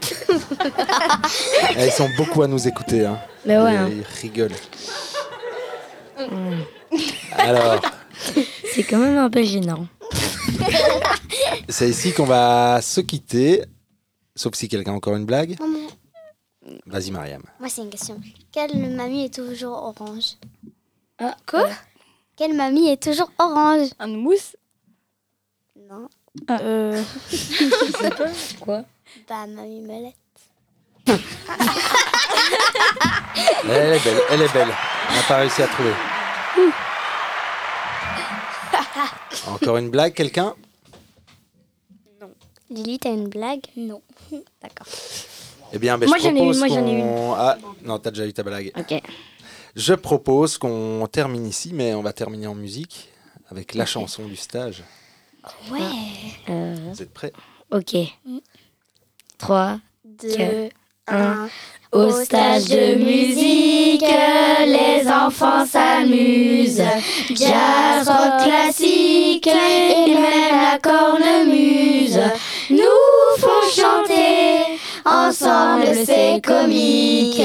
Speaker 4: Ils sont beaucoup à nous écouter. Hein.
Speaker 9: Mais ouais,
Speaker 4: Ils-
Speaker 9: hein. Mm.
Speaker 4: Ils rigolent. Alors,
Speaker 9: C'est quand même un peu gênant.
Speaker 4: c'est ici qu'on va se quitter. Sauf si quelqu'un a encore une blague.
Speaker 3: Maman.
Speaker 4: Vas-y, Mariam.
Speaker 3: Moi, c'est une question. Quelle mamie est toujours orange
Speaker 9: Ah,
Speaker 7: Quoi
Speaker 3: Quelle mamie est toujours orange
Speaker 23: Un mousse
Speaker 3: Non.
Speaker 23: Euh.
Speaker 9: Quoi
Speaker 3: Bah, mamie Melette.
Speaker 4: Elle est belle. Elle est belle. On n'a pas réussi à trouver. Encore une blague, quelqu'un
Speaker 3: Lily, t'as une blague Non. D'accord.
Speaker 4: Eh bien, ben,
Speaker 3: Moi,
Speaker 4: je
Speaker 3: j'en ai une,
Speaker 4: propose
Speaker 3: moi, j'en ai
Speaker 4: qu'on- Ah, non, t'as déjà eu ta blague.
Speaker 9: Ok.
Speaker 4: Je propose qu'on termine ici, mais on va terminer en musique avec la chanson du stage.
Speaker 9: Ah.
Speaker 3: Ouais.
Speaker 9: Euh,
Speaker 4: Vous êtes prêts
Speaker 9: ok. 3,
Speaker 3: Deux,
Speaker 9: 2, 1. Au stage de musique, les enfants.
Speaker 3: enfants s'amusent. Jazz, rock classique et même la cornemuse nous font chanter. Ensemble, c'est comique.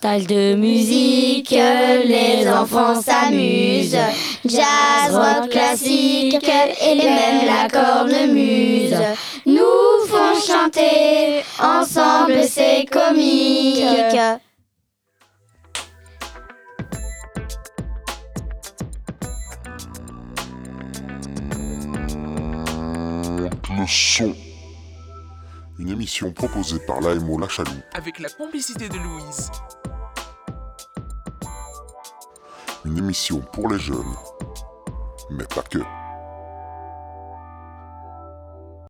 Speaker 3: Tal de musique, les enfants s'amusent. Jazz, rock classique et même la cornemuse nous font chanter. Ensemble, c'est comique.
Speaker 1: Le son. Une émission proposée par l'AMO La Chaloupe.
Speaker 2: Avec la complicité de Louise.
Speaker 1: Une émission pour les jeunes. Mais pas que.